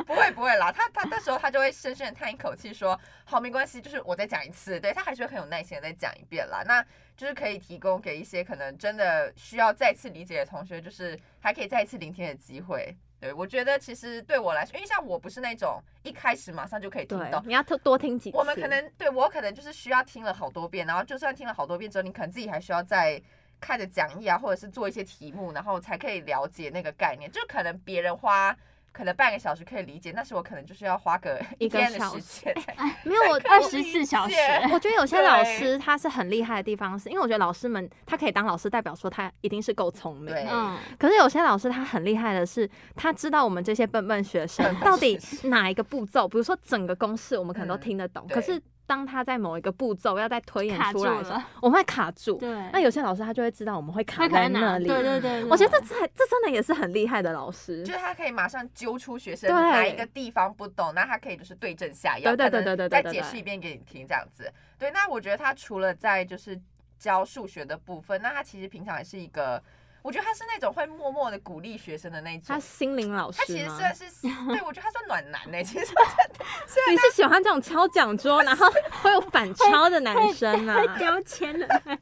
B: 不会不会啦，他他那时候他就会深深的叹一口气说，好没关系，就是我再讲一次，对他还是会很有耐心的再讲一遍啦。那就是可以提供给一些可能真的需要再次理解的同学，就是还可以再一次聆听的机会。对，我觉得其实对我来说，因为像我不是那种一开始马上就可以听
D: 对
B: 懂，，
D: 你要多多听几次。
B: 我们可能对我可能就是需要听了好多遍，然后就算听了好多遍之后，你可能自己还需要再看着讲义啊，或者是做一些题目，然后才可以了解那个概念。就可能别人花可能半个小时可以理解，但是我可能就是要花个
D: 一个
B: 天的
D: 小
B: 时
D: 时
B: 间 才
D: 没有我
C: 二十四小
B: 理
C: 时
B: 解
D: 我觉得有些老师他是很厉害的地方是，因为我觉得老师们他可以当老师，代表说他一定是够聪明。
B: 对
C: 嗯，
A: 可是有些老师他很厉害的是，他知道我们这些笨笨学生到底哪一个步骤，比如说整个公式我们可能都
B: 嗯
A: 听得懂，
B: 对
A: 可是当他在某一个步骤要再推演
C: 卡
A: 出
C: 住
A: 来的时候，
C: 了，
A: 我们会卡住。
C: 对，
A: 那有些老师他就会知道我们会卡
C: 会可
A: 在
C: 能拿，
A: 那里
C: 对。对对，
A: 我觉得
C: 对
A: 这才这真的也是很厉害的老师
B: 就。是他可以马上揪出学生
A: 对
B: 哪一个地方不懂，那他可以就是对症下
A: 对
B: 药，
A: 对对
B: 可
A: 对
B: 能
A: 对对
B: 再
A: 对
B: 解释一遍给你听这样子。对，那我觉得他除了在就是教数学的部分，那他其实平常也是一个，我觉得他是那种会默默的鼓励学生的那
A: 他
B: 种。
A: 心灵老
B: 他其
A: 师
B: 实
A: 吗？
B: 算是，对我觉得他算暖男呢、欸 其实
A: 你是喜欢这种敲讲桌，然后会有反敲的男生啊？
C: 会丢钱的，
A: 你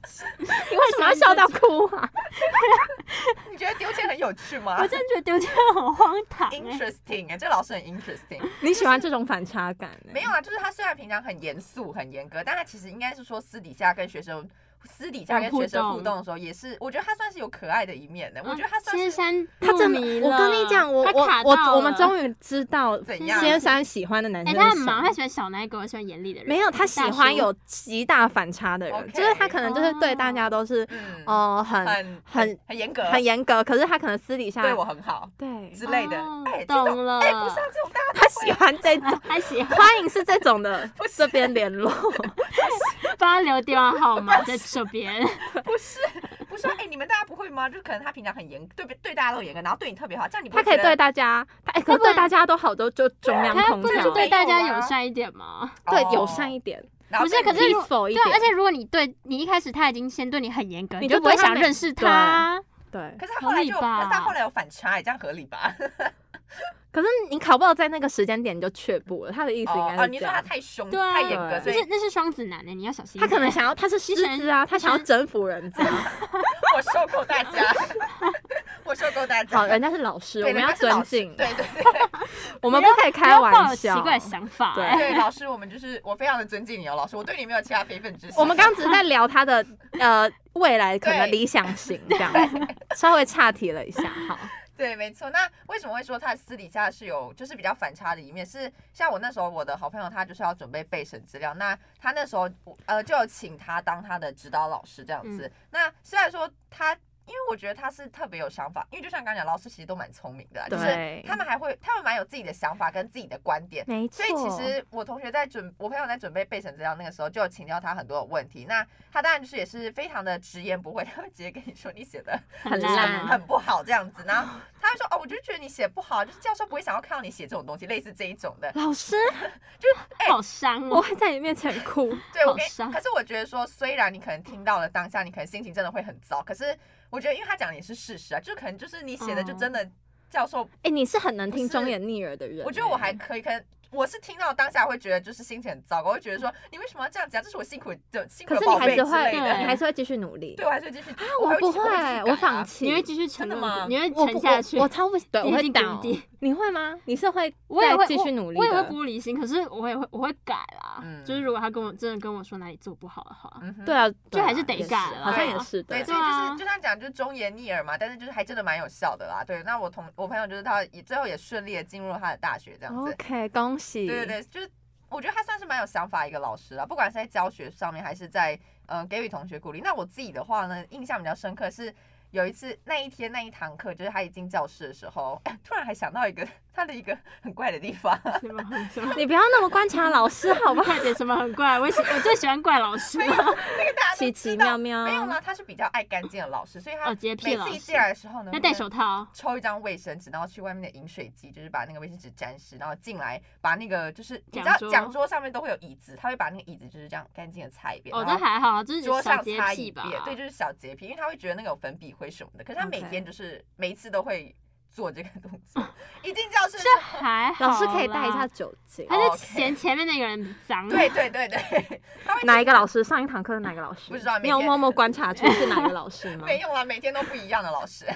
A: 为什么要笑到哭啊？
B: 你觉得丢钱很有趣吗
C: 我真的觉得丢钱很荒唐 哎、
B: ？Interesting 哎、这老师很 interesting。
A: 你喜欢这种反差感、欸？
B: 没有啊，就是他虽然平常很严肃、很严格，但他其实应该是说私底下跟学生、私底下跟学生互动的时候，也是我觉得他算是有可爱的一面的。
A: 嗯
B: 我觉得他算
C: 仙
B: 是
C: 嗯山
A: 他真的，
C: 入迷
A: 我跟
C: 了
A: 你讲，我
C: 他
A: 我
C: 卡到
A: 我我们
C: 了
A: 终于知道
B: 怎样
A: 先生喜欢的男
C: 哎、
A: 生
C: 他
A: 是
C: 很忙，他
A: 谁。
C: 喜欢小奶狗，喜欢严厉的人。
A: 没有，他喜欢
C: 大
A: 有极大反差的人，
B: OK
A: 就是他可能就是对大家都是
B: 嗯
A: 哦很
B: 很
A: 很
B: 很严格，
A: 很严格，可是他可能私底下
B: 对我很好
A: 对
B: 之类的。
C: 哦
B: 哎、这种
C: 懂了，
B: 哎、不是啊啊，这种大家
A: 他喜欢这种
C: ，他喜欢
A: 欢迎是这种的这边联络，
C: 帮他留电话号 码在这边，
B: 不是不是啊，哎、你们大家不会吗？就是可能他平常很严，对对大家都很严格，然后对你特别好，这样你不
A: 他
B: 会
A: 可以
B: 觉
A: 对
B: 得
A: 大家，他哎可是
C: 不然
A: 对大家都好都就中央
C: 他
A: 空
C: 不
A: 调
C: 能
A: 欸，
C: 对大
B: 没有
C: 家
B: 啊
C: 友善一点吗？
A: 对
B: 哦
A: 友善一点
B: 然后
C: 不是
B: 对你
C: 可是如
A: ，peaceful 一
C: 对啊，而
A: 点，
C: 且如果你对你一开始他已经先对你很严格，
A: 你
C: 你
A: 就
C: 就不会
A: 对他
C: 想
A: 没
C: 认识他啊。
A: 对。
B: 可是他
C: 合
B: 后来
C: 理
B: 就，可
C: 吧
B: 是他后来有反差，这样合理吧？
A: 可是你考不好在那个时间点你就却步了，他的意思应该
B: 哦，
A: 是
B: 哦你
A: 这
B: 说
A: 样
B: 他。太凶、
C: 对啊
B: 太严格，所
C: 那
B: 以
C: 是那是双子男欸的，你要小心一
A: 他
C: 点。
A: 可能 想要，他是狮子啊，他想要征服人家。
B: 我受够大家，我受够大家。
A: 好，人家是老师，我
B: 对
A: 们要
B: 人家是老
A: 尊
B: 师
A: 敬，
B: 对对对
A: 我们不可以开
C: 不要抱
A: 玩
C: 有奇
A: 笑。
C: 怪的想法、
A: 对
C: 哎
B: 对，老师，我们就是我非常的尊敬你哦，老师，我对你没有其他非分之想。
A: 我们刚刚只是在聊他的呃未来可能
B: 对
A: 理想型这样子，稍微岔题了一下。 好，
B: 对，没错。那为什么会说他私底下是有就是比较反差的一面？是像我那时候我的好朋友他就是要准备备审资料，那他那时候呃就有请他当他的指导老师这样子。
A: 嗯
B: 那虽然说他。因为我觉得他是特别有想法，因为就像刚刚讲，老师其实都蛮聪明的啦，就是
A: 对
B: 他们还会，他们蛮有自己的想法跟自己的观点，
A: 没
B: 所以其实我同学在准，我朋友在准备备审资料那个时候，就有请教他很多的问题。那他当然就是也是非常的直言不讳，他会直接跟你说你写的
A: 很烂啊
B: 很不好这样子。然后他会说哦，我就觉得你写不好，就是教授不会想要看到你写这种东西，类似这一种的。
A: 老师，
C: 好伤
A: 我
C: 哦。
A: 会在你面前哭。
B: 对我
C: 好
B: 跟
C: 伤
B: 你，可是我觉得说，虽然你可能听到了当下，你可能心情真的会很糟，可是我觉得因为他讲的也是事实啊，就可能就是你写的就
C: 哦
A: 嗯
B: 真的教授
A: 哎，你是很能听
B: 不是
A: 忠言逆耳的人。欸
B: 我觉得我还可以，可能我是听到当下会觉得就是心情很糟糕，会觉得说你为什么要这样子啊？这是我辛苦的辛苦
A: 可
B: 的
A: 是你
B: 宝
A: 还
B: 贝
A: 是
B: 之
A: 会，
B: 类
A: 你
B: 的。
A: 还是会继续努力。
B: 对，我还是会继续啊，
A: 我
B: 还
A: 不
B: 继续我继续
A: 会，我
B: 改啊
A: 放弃。
C: 你会继续沉
B: 真的
C: 沦
B: 吗
C: 谷，你会
A: 我不
C: 沉下去。
A: 我超不，对，我
C: 跌
A: 会
C: 进
A: 倒
C: 谷底。
A: 你会吗？你是会，
C: 我也会
A: 继续努力
C: 我，我也会
A: 的
C: 鼓励心，可是我也会我会改啦。
B: 嗯
C: 就是如果他跟我真的跟我说哪里做不好 的话，
B: 嗯哼
A: 对啊，对啊
C: 还是得
A: 也
C: 改
A: 好
C: 啦
A: 像也是
B: 对，
A: 对
B: 所以就
C: 啊
B: 是就像讲，就是忠言逆耳嘛，但是就是还真的蛮有效的啦。对，那我同我朋友就是他也最后也顺利的进入了他的大学这样子。
A: OK，恭喜。
B: 对对对，就是我觉得他算是蛮有想法一个老师啦，不管是在教学上面还是在呃给予同学鼓励。那我自己的话呢，印象比较深刻是有一次那一天那一堂课，就是他一进教室的时候， 哎突然还想到一个他的一个很怪的地方，
C: 什么很什么，
A: 你不要那么观察老师好
C: 我
A: 不
C: 不
A: 好？
C: 看点什么很怪，我喜我最喜欢怪 老师了。
B: 大家都
A: 奇
B: 知
A: 奇
B: 道
A: 妙妙，
B: 没有啦，他是比较爱干净的老师，所以他
C: 哦洁
B: 每
C: 癖老
B: 次一
C: 师
B: 进来的时候呢，
C: 要戴
B: 就
C: 手套，
B: 抽一张卫生纸，然后去外面的饮水机，就是把那个卫生纸沾湿，然后进来把那个就是你知
C: 讲
B: 道
C: 桌
B: 讲桌上面都会有椅子，他会把那个椅子就是这样干净的擦一遍，
C: 哦，
B: 然
C: 这
B: 后
C: 还好，就是
B: 桌
C: 小
B: 上
C: 洁
B: 擦
C: 癖
B: 一
C: 吧
B: 遍，，对，就是小洁癖，因为他会觉得那个有粉笔灰什么的，可是他每
A: OK
B: 天就是每一次都会做这个动 作，一进教室
C: 这还好啦。
A: 老师可以带一下酒精。
C: 他就
B: OK
C: 嫌前面那个人脏。
B: 对对对对， 他会
A: 哪一个老师？上一堂课是哪个老师？
B: 不知道每
A: 你有
B: 天
A: 默默观察出是哪个老 师吗？
B: 没有啊啦，每天都不一样的老师。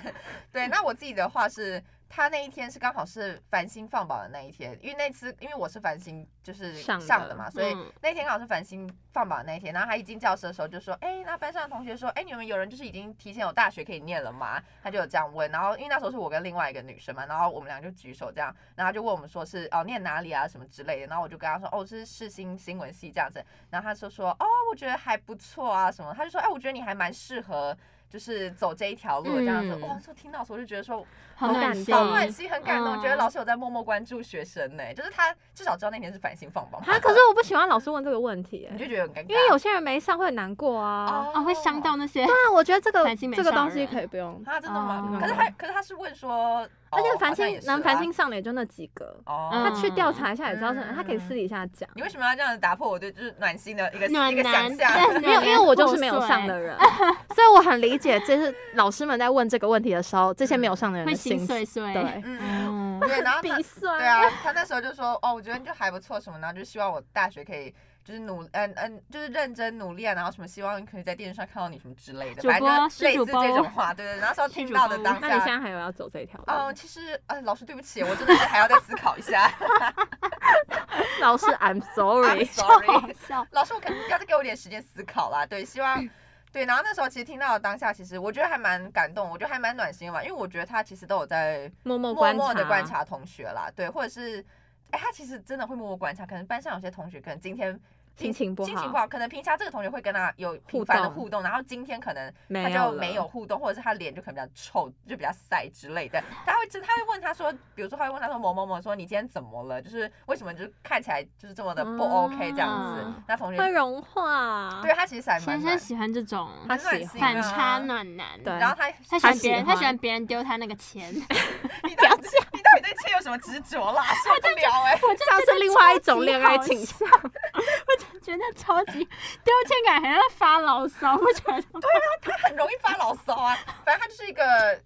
B: 对，那我自己的话是，他那一天是刚好是繁星放榜的那一天，因为那次因为我是繁星就是
A: 上的
B: 上的嘛，所以
C: 嗯
B: 那天刚好是繁星放榜的那一天。然后他一进教室的时候就说：“哎、那班上的同学说，哎、你们有人就是已经提前有大学可以念了吗？”他就有这样问。然后因为那时候是我跟另外一个女生嘛，然后我们俩就举手这样，然后他就问我们说是哦念哪里啊什么之类的。然后我就跟他说：“哦，是世新新闻系这样子。”然后他就说：“哦，我觉得还不错啊什么。”他就说：“哎、我觉得你还蛮适合。”就是走这一条路这样子，
A: 嗯
B: 哇！就听到的时候就觉得说，
C: 好
A: 好
C: 暖
A: 感
C: 心，
B: 好暖心，很感动，
C: 嗯
B: 觉得老师有在默默关注学生呢、就是他至少知道那天是繁星放榜嘛
A: 啊，可是我不喜欢老师问这个问题、
B: 你
A: 哎
B: 就觉得很尴尬，
A: 因为有些人没上会很难过啊。
C: 哦，会伤到那些。
A: 那我觉得这个
C: 繁星没
A: 这个
C: 上
A: 东西
C: 人
A: 可以不用，
B: 啊，真的吗？
C: 哦
B: 可是他，可是他是问说，哦
A: 嗯而且
B: 好
A: 繁
B: 像也
A: 星
B: 是啊
A: 能繁星上的也就那几个，
B: 哦
A: 他
C: 嗯。
A: 去调查一下也知道是哪，
B: 嗯
A: 他可以私底下讲。
B: 你为什么要这样子打破我对就是暖心的一个
C: 暖
B: 一个
C: 男
B: 想象？
C: 对
A: 没有，因为我就是没有
C: 破碎
A: 上的人， 所以我很理解，就是老师们在问这个问题的时候，这些没有上的人
C: 会
A: 的
C: 心
A: 嗯碎
C: 碎。碎。
A: 对，
B: 嗯，
C: 嗯，
B: 啊对，然后他
A: 鼻酸。
B: 对啊，他那时候就说，哦，我觉得就还不错什么，然后就希望我大学可以就是努，嗯嗯，就是认真努力啊，然后什么希望可以在电视上看到你什么之类的，
C: 主
B: 反正
C: 播
B: 就是类
C: 主
B: 似这
C: 播
B: 种话，对对，然后时候
C: 是
B: 听
C: 主
B: 到的
C: 播
B: 当
A: 那你现
B: 下。
A: 在还有要走这条
B: 嗯，
A: 路？
B: 其实呃，老师对不起，我真的是还要再思考一下。
A: 老 师，I'm
B: I'm
A: sorry。
B: sorry，
C: 好笑。
B: 老师，我肯定要再给我一点时间思考啦。对，希望对。然后那时候其实听到的当下，其实我觉得还蛮感动，我觉得还蛮暖心的嘛，因为我觉得他其实都有在
A: 默默
B: 默
A: 观
B: 默
A: 察，
B: 的观察同学啦，对，或者是哎、他其实真的会默默观察，可能班上有些同学可能今天。
A: 心情不好
B: 心情不好，可能平常这个同学会跟他有频繁的互动，然后今天可能他
A: 没
B: 就
A: 有
B: 没
A: 了
B: 有互动，或者是他脸就可能比较臭，就比较晒之类的。他会真他会问他说，比如说他会问他说某某某说你今天怎么了？就是为什么就是看起来就是这么的不 OK 这样子？
C: 嗯
B: 那同学
A: 会融化。
B: 对他其实还蛮
C: 先
B: 暖
C: 生喜欢这种
A: 他
B: 很暖
A: 喜
B: 心
A: 欢
C: 反
B: 啊
C: 差暖男，
A: 对
B: 然后他
C: 他
B: 你
A: 他
C: 喜欢别人，
A: 喜
C: 他
A: 欢
C: 喜欢别人丢他那个钱，
B: 到底你到底对切有什么执着啦？受不了哎、
C: 我真
A: 像是另外一种恋爱倾
C: 向，
A: 向，
C: 我真的觉得超级丢钱感，还要发牢骚，我觉得
B: 很容易发牢骚啊。 反正他就是一个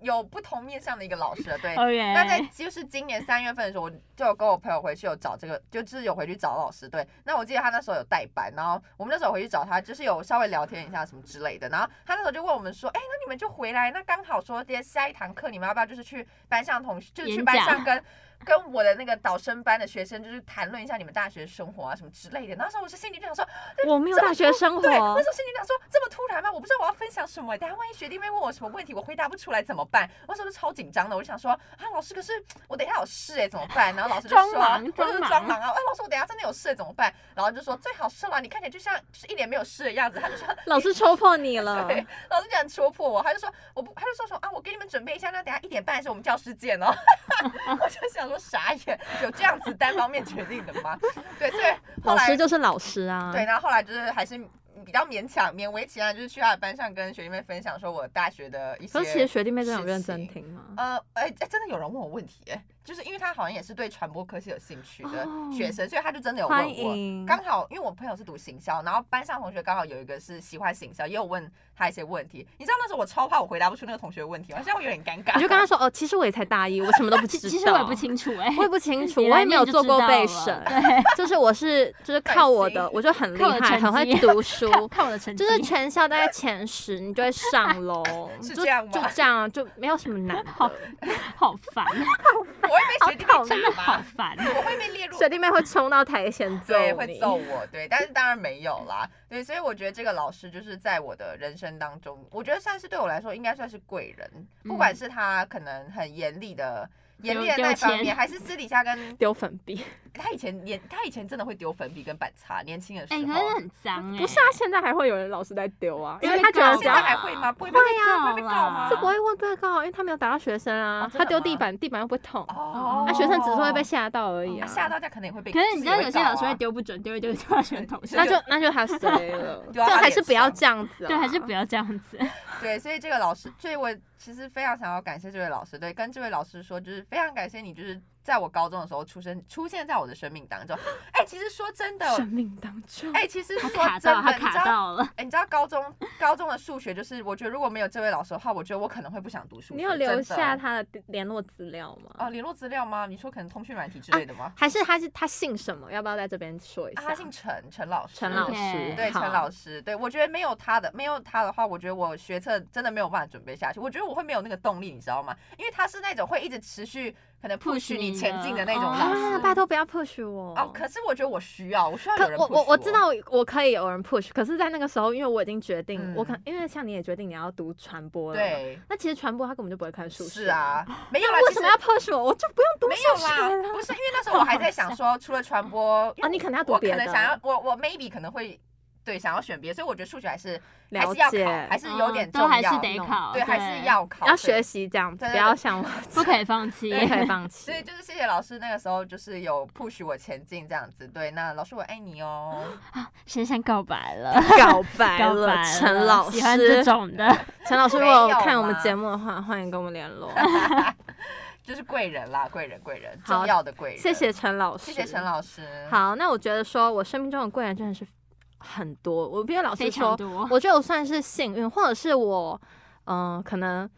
B: 有不同面向的一个老师了，对。
C: OK，
B: 那在就是今年三月份的时候，我就有跟我朋友回去有找这个，就是有回去找老师。对，那我记得他那时候有代班，然后我们那时候回去找他，就是有稍微聊天一下什么之类的。然后他那时候就问我们说：“哎、那你们就回来，那刚好说接下一堂课，你们要不要就是去班上同学，就是去
C: 演
B: 班
C: 讲
B: 上跟跟我的那个导生班的学生，就是谈论一下你们大学生活啊什么之类的。”那时候我是心里就想说，
A: 我没有大学 生
B: 对，
A: 活
B: 那时。候心里想说这么突然吗？我不知道我要分享什么、等下万一学弟妹问我什么问题，我回答不出来怎么办？我那时候就超紧张的，我就想说啊，老师，可是我等一下有事哎、怎么办？然后老师就说，
C: 装忙
B: 我就是
C: 装忙
B: 装忙啊，哎，老师，我等一下真的有事、怎么办？然后就说最好是啦，你看起来就像就是一脸没有事的样子。他就说，
A: 老师戳破你了，
B: 对，老师这样戳破我，他就说我不，他就说什么啊，我给你们准备一下，那等一下一点半的时候我们教室见哦。 我就想说傻眼，有这样子单方面决定的吗？对，所以后
A: 老
B: 来
A: 师就是老师啊。
B: 对，然后后来就是还是比较勉强、勉为其难，就是去他的班上跟学弟妹分享说我大学的一些。
A: 可是其实学弟妹真的有认真听吗？
B: 呃，哎、哎真的有人问我问题、哎，就是因为他好像也是对传播科系有兴趣的
A: 哦
B: 学生，所以他就真的有问
A: 欢
B: 我。
A: 迎，
B: 刚好因为我朋友是读行销，然后班上同学刚好有一个是喜欢行销，也有问他一些问题。你知道那时候我超怕我回答不出那个同学的问题吗，现在我有点尴尬。
A: 我就跟他说，哦，其实我也才大一，我什么 都不知
C: 其
A: 道。
C: 其实我也不清楚哎、
A: 我也不清楚，
C: 你
A: 我
C: 来
A: 也没有
C: 面就
A: 做
C: 知
A: 过
C: 道
A: 备
C: 了
A: 审，
C: 对，
A: 就是我是就是
B: 可
A: 靠我
B: 惜
A: 的，我就很厉
C: 靠我的
A: 害，很
C: 成
A: 会
C: 绩
A: 读书，
C: 看看我的成绩，
A: 就是全校大概前十，你就会上楼，
B: 是
A: 就
B: 这样吗
A: 就这样，啊就没有什么难
C: 好
A: 的。
C: 好烦，啊
B: 我会被学弟
A: 好讨啊
B: 妹
C: 真的
B: 打
C: 好
B: 吗？
C: 烦。啊
B: 我会被列入
A: 学弟妹会冲到台前揍
B: 对，会
A: 你，
B: 揍我，对，但是当然没 有啦，对，所以我觉得这个老师就是在我的人生当中，我觉得算是对我来说应该算是贵人，不管是他可能很严厉的。严厉的
C: 嗯丢
B: 那一方
C: 丢
B: 面，
C: 钱
B: 还是私底下跟
A: 丢粉笔。
B: 他以前年，他以前真的会丢粉笔跟板擦，年轻的时
C: 哎、
B: 候。
C: 可是很脏哎、
A: 不是啊，现在还会有人老是在丢啊，因为
C: 被
A: 他觉得
C: 告
A: 只
B: 现
A: 要
B: 在
C: 吧
B: 还会吗？不会被告，不会被
C: 啊
B: 告吗？
A: 这不会问被告，因为他没有打到学生啊
B: 哦，真
A: 他
B: 的
A: 丢
B: 吗
A: 地板，地板又不会痛，
B: 哦，
C: 啊
A: 那学生只是会被吓到而已
C: 哦
A: 啊，
B: 吓到，他可能也会被。
C: 可是你知道
B: 就是
C: 有
B: 也
C: 些
B: 告啊，
C: 老师会丢不准，丢一丢丢到拳头上
A: 那，就那就他谁了
B: 丢
A: 就
B: 到他
A: 还是
B: 脸
A: 不要
B: 上
A: 这样子啊，
C: 对，还是不要这样子。
B: 对，所以这个老师，所以我其实非常想要感谢这位老师，对，跟这位老师说，就是非常感谢你，就是在我高中的时候出生，出现在我的生命当中。哎、其实说真的，
A: 生命当中。
B: 哎、其实
C: 他
B: 说
C: 卡
B: 真
C: 到，他
B: 的，你知道，
C: 卡到了。
B: 哎、你知道高中高中的数学，就是我觉得如果没有这位老师的话，我觉得我可能会不想读数学。
A: 你有留
B: 真的
A: 下他的联络资料吗？
B: 哦联络资料吗？你说可能通讯软体之
A: 啊
B: 类的吗？
A: 还是他是他姓什么？要不要在这边说一
B: 啊，
A: 下？
B: 他姓陈，陈老师，
A: 陈老师
C: OK，，
B: 对，陈老
A: 师，
B: 师，对我觉得没有他的，没有他的话，我觉得我学测真的没有办法准备下去。我觉得我会没有那个动力，你知道吗？因为他是那种会一直持续可能
C: Push
B: push
C: 你
B: 你
C: 的
B: 前进的那种
C: 哦
B: 老
A: 啊，
B: 师。
A: 拜托不要 push 我
B: 哦，可是我觉得我需要，我需要
A: 可
B: 有人
A: 我
B: push
A: 我我知道我可以有人 push，可是，在那个时候，因为我已经决定，
B: 嗯
A: 我可因为像你也决定你要读传播了，。
B: 对，
A: 那其实传播他根本就不会看数学，
B: 是。啊，没有啦，
A: 为什
B: 其实
A: 么要 push 我？我就不用读
B: 没
A: 数
B: 有
A: 学了。
B: 啦，不是因 为那时候我还在想说，除了传播，因
A: 哦
B: 为
A: 你可能要读
B: 我
A: 别
B: 可能
A: 的
B: 想要我我 maybe 可能会对想要选别的，所以我觉得数学还是还
A: 了
B: 是要考
A: 解，
B: 还是有点
C: 嗯
B: 重
C: 都还
B: 要
C: 是得
A: 弄
C: 考，
B: 对，还是要考，
A: 要
B: 对
A: 学习这样子，
B: 对对
A: 不
B: 对
A: 要像我
C: 不可以放弃。
A: 不可以放弃
B: 所。以就是谢谢老师，那个时候就是有 push 我前进这样子。对，那老师我爱你哦。
C: 啊先先告白了，
A: 告白
C: 告
A: 了
C: 白，了
A: 陈老师，
C: 喜欢这种 的，
A: 陈老师，如
B: 没
A: 果
B: 有
A: 有看我们
B: 啦
A: 节目的话， 欢迎跟我们联络。
B: 就是贵人啦，贵人贵人，
A: 好
B: 重要的贵人。
A: 谢谢，陈老师，
B: 谢谢陈老师。，
A: 好，那我觉得说我生命中的贵人真的是很多，我必须老
C: 非
A: 实
C: 常
A: 说，
C: 多。
A: 我觉得我算是幸运，或者是我，嗯、可能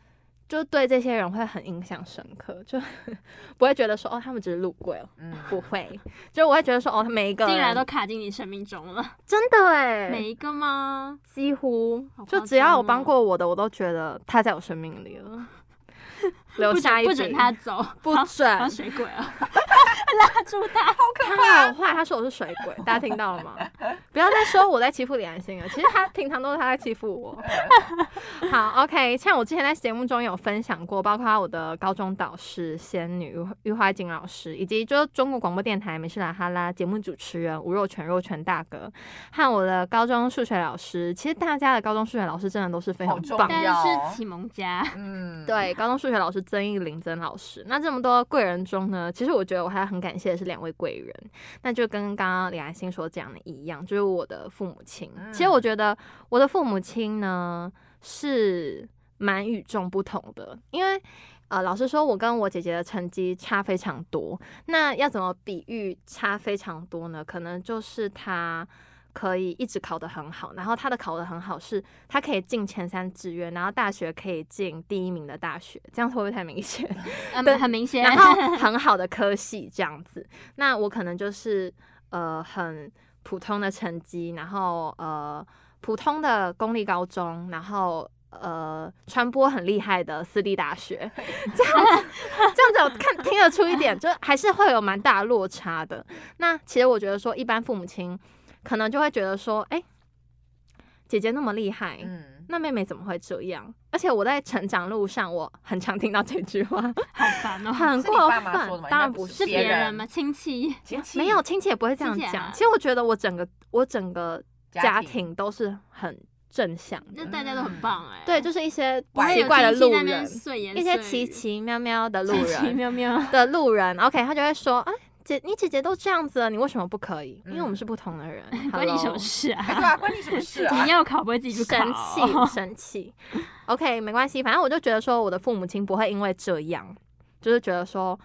A: 就对这些人会很印象深刻，就 不会觉得说哦，他们只是路过哦，
B: 嗯，
A: 不会， 就我会觉得说哦，每一个
C: 竟然
A: 人
C: 都卡进你生命中了，
A: 真的哎，
C: 每一个吗？
A: 几乎
C: 好夸
A: 就只要
C: 张
A: 我帮
C: 哦
A: 过我的，我都觉得他在我生命里 了，留
C: 不
A: 下
C: 准
A: 一
C: 不准
A: 笔
C: 他走，
A: 不
C: 好
A: 准
C: 好水鬼 啊，拉住他。
A: 他好坏，他说我是水 鬼，大家听到了吗？不要再说我在欺负李安心了，其实他平常都是他在欺负 我。好，OK，像我之前在节目中有分享过，包括我的高中导师仙女玉花锦老师，以及就是中国广播电台美式拉哈拉节目主持人吴若权若权大哥，和我的高中数学老师，其实大家的高中数学老师真的都是非常
B: 好重
A: 棒的
B: 要
C: 但是启蒙家，
B: 嗯，
A: 对，高中数学老师曾义林曾老师。那这么多贵人中呢，其实我觉得我还很感谢的是两位贵人，那就跟刚刚李安心所讲的一样，就是我的父母亲。其实我觉得我的父母亲呢是蛮与众不同的，因为。呃，老实说，我跟我姐姐的成绩差非常多。那要怎么比喻差非常多呢？可能就是她可以一直考得很好，然后她的考得很好是他可以进前三志愿，然后大学可以进第一名的大学，这样会不会太明显？对
C: 嗯，很明显。
A: 然后很好的科系这样子，那我可能就是呃很普通的成绩，然后呃普通的公立高中，然后。呃，传播很厉害的私立大学，这样子，这样子我看听得出一点，就还是会有蛮大的落差的。那其实我觉得说，一般父母亲可能就会觉得说，哎、姐姐那么厉害，
B: 嗯，
A: 那妹妹怎么会这样？而且我在成长路上，我很常听到这句话，
C: 好烦哦，
A: 很
B: 是你
A: 过
B: 爸
A: 分
B: 妈说的吗。
A: 当然
B: 应该
A: 不
B: 不
A: 是，
B: 是
C: 是别
B: 别
C: 人
B: 人
C: 吗？亲戚
B: 亲戚
A: 没有亲戚也不会这样
C: 亲戚啊
A: 讲。其实我觉得我整个我整个家
B: 庭，
A: 庭都是很正向的，
C: 那大家都很棒哎、
A: 嗯对，就是一些
B: 不会有
A: 奇怪的路
C: 那边
A: 人，
C: 碎言
A: 一些
C: 碎
A: 奇
C: 语
A: 奇妙妙的路
C: 奇 奇
A: 人
C: 妙妙，
A: 的路人。OK，他就会说，哎。姐，你姐姐都这样子了，你为什么不可以？因为我们
B: 嗯
A: 是不同的人，
C: 关你什
A: Hello
C: 么 事
B: 哎
C: 啊？
B: 对啊，关你什么事啊
C: 你？要考不会自己去考
A: 生
C: 哦
A: 气，生气。OK，没关系，反正我就觉得说，我的父母亲不会因为这样，就是觉得说，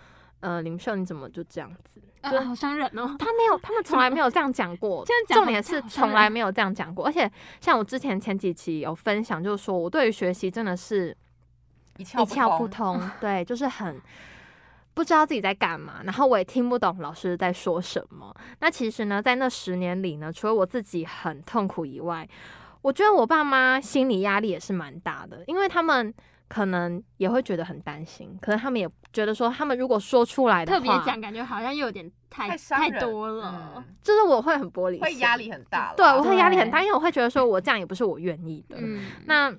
A: 呃，林秀你怎么就这样子？
C: 啊
A: 对
C: 好伤人哦。。
A: 他没有，他们从来没有这样讲过
C: 这样讲
A: 重
C: 好
A: 点
C: 像
A: 是
C: 好像
A: 从来没有这样讲过，而且像我之前前几期有分享，就是说我对于学习真的是
B: 一
A: 一
B: 窍
A: 窍
B: 不
A: 不
B: 通。
A: 通， 对，就是很不知道自己在干嘛，然后我也听不懂老师在说什么。那其实呢，在那十年里呢，除了我自己很痛苦以外，我觉得我爸妈心理压力也是蛮大的，因为他们。可能也会觉得很担心，可能他们也觉得说，他们如果说出来的
C: 特
A: 话，
C: 别讲，感觉好像又有点太
B: 太伤人
C: 多了。
B: 嗯
A: 就是我会很玻璃心，
B: 会压力很大了。
A: 对，我会压力很大，
C: 对
A: 因为我会觉得说我这样也不是我愿意的。
C: 嗯，
A: 那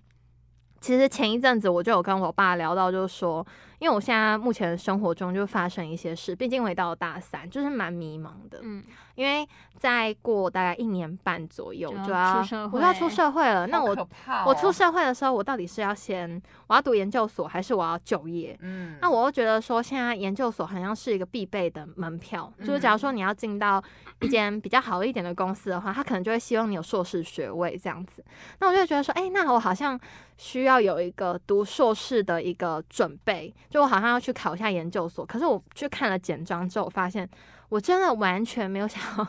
A: 其实前一阵子我就有跟我爸聊到，就是说，因为我现在目前生活中就发生一些事，毕竟我也到了大三，就是蛮迷茫的。
C: 嗯，
A: 因为再过大概一年半左右
C: 就
A: 就
C: 要
A: 要
C: 出社
A: 我就要
C: 会
A: 出社会了。那
B: 好
A: 我、
B: 可怕哦
A: 我出社会的时候，我到底是要先我要读研究所，还是我要就业？
B: 嗯，
A: 那我又觉得说，现在研究所好像是一个必备的门票，就是假如
C: 嗯
A: 说你要进到一间比较好一点的公司的话，他可能就会希望你有硕士学位这样子。那我就觉得说，哎、那我好像需要有一个读硕士的一个准备，就我好像要去考一下研究所。可是我去看了简章之后，我发现我真的完全没有想要，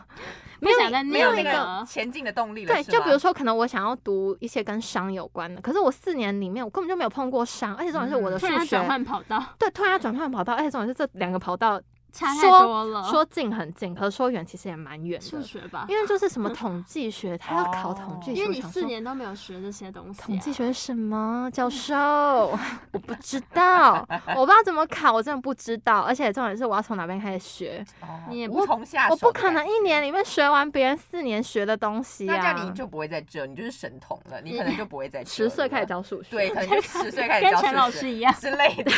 C: 不想再
B: 没
C: 念
B: 有
C: 那
B: 那
C: 个
B: 个前进的动力了，
A: 对，
B: 是
A: 就
B: 吗
A: 比如说，可能我想要读一些跟商有关的，可是我四年里面我根本就没有碰过商，而且重点是我的
B: 嗯
A: 数
C: 突然要
A: 学、
C: 转换跑 道，
A: 对，突然要转换跑道，而且重点是这两个跑道
C: 差太
A: 说
C: 多了。
A: 说近很近，可是说远其实也蛮远
C: 数
A: 的，
C: 学吧，
A: 因为就是什么统计学，他要考统计
B: 为
A: 学，
C: 哦因为你
A: 我想
C: 四
A: 说。
C: 年都没有学这些东西、啊，
A: 统计学是什么？教授，我不知道，我不知道怎么考，我真的不知道。而且重点是，我要从哪边开始学？
B: 哦
C: 你也
B: 无
A: 不
B: 从下手，
A: 我不可能。一年里面学完别人四年学的东西
B: 那这
A: 啊！
B: 样你就不会在这，你就是神童了，你可能就不会在这
A: 十岁开始
B: 了，
A: 教数学，
B: 对，可能就十岁开始
C: 跟
B: 教
C: 陈老
B: 数
C: 师
B: 学
C: 一样，
B: 之类的。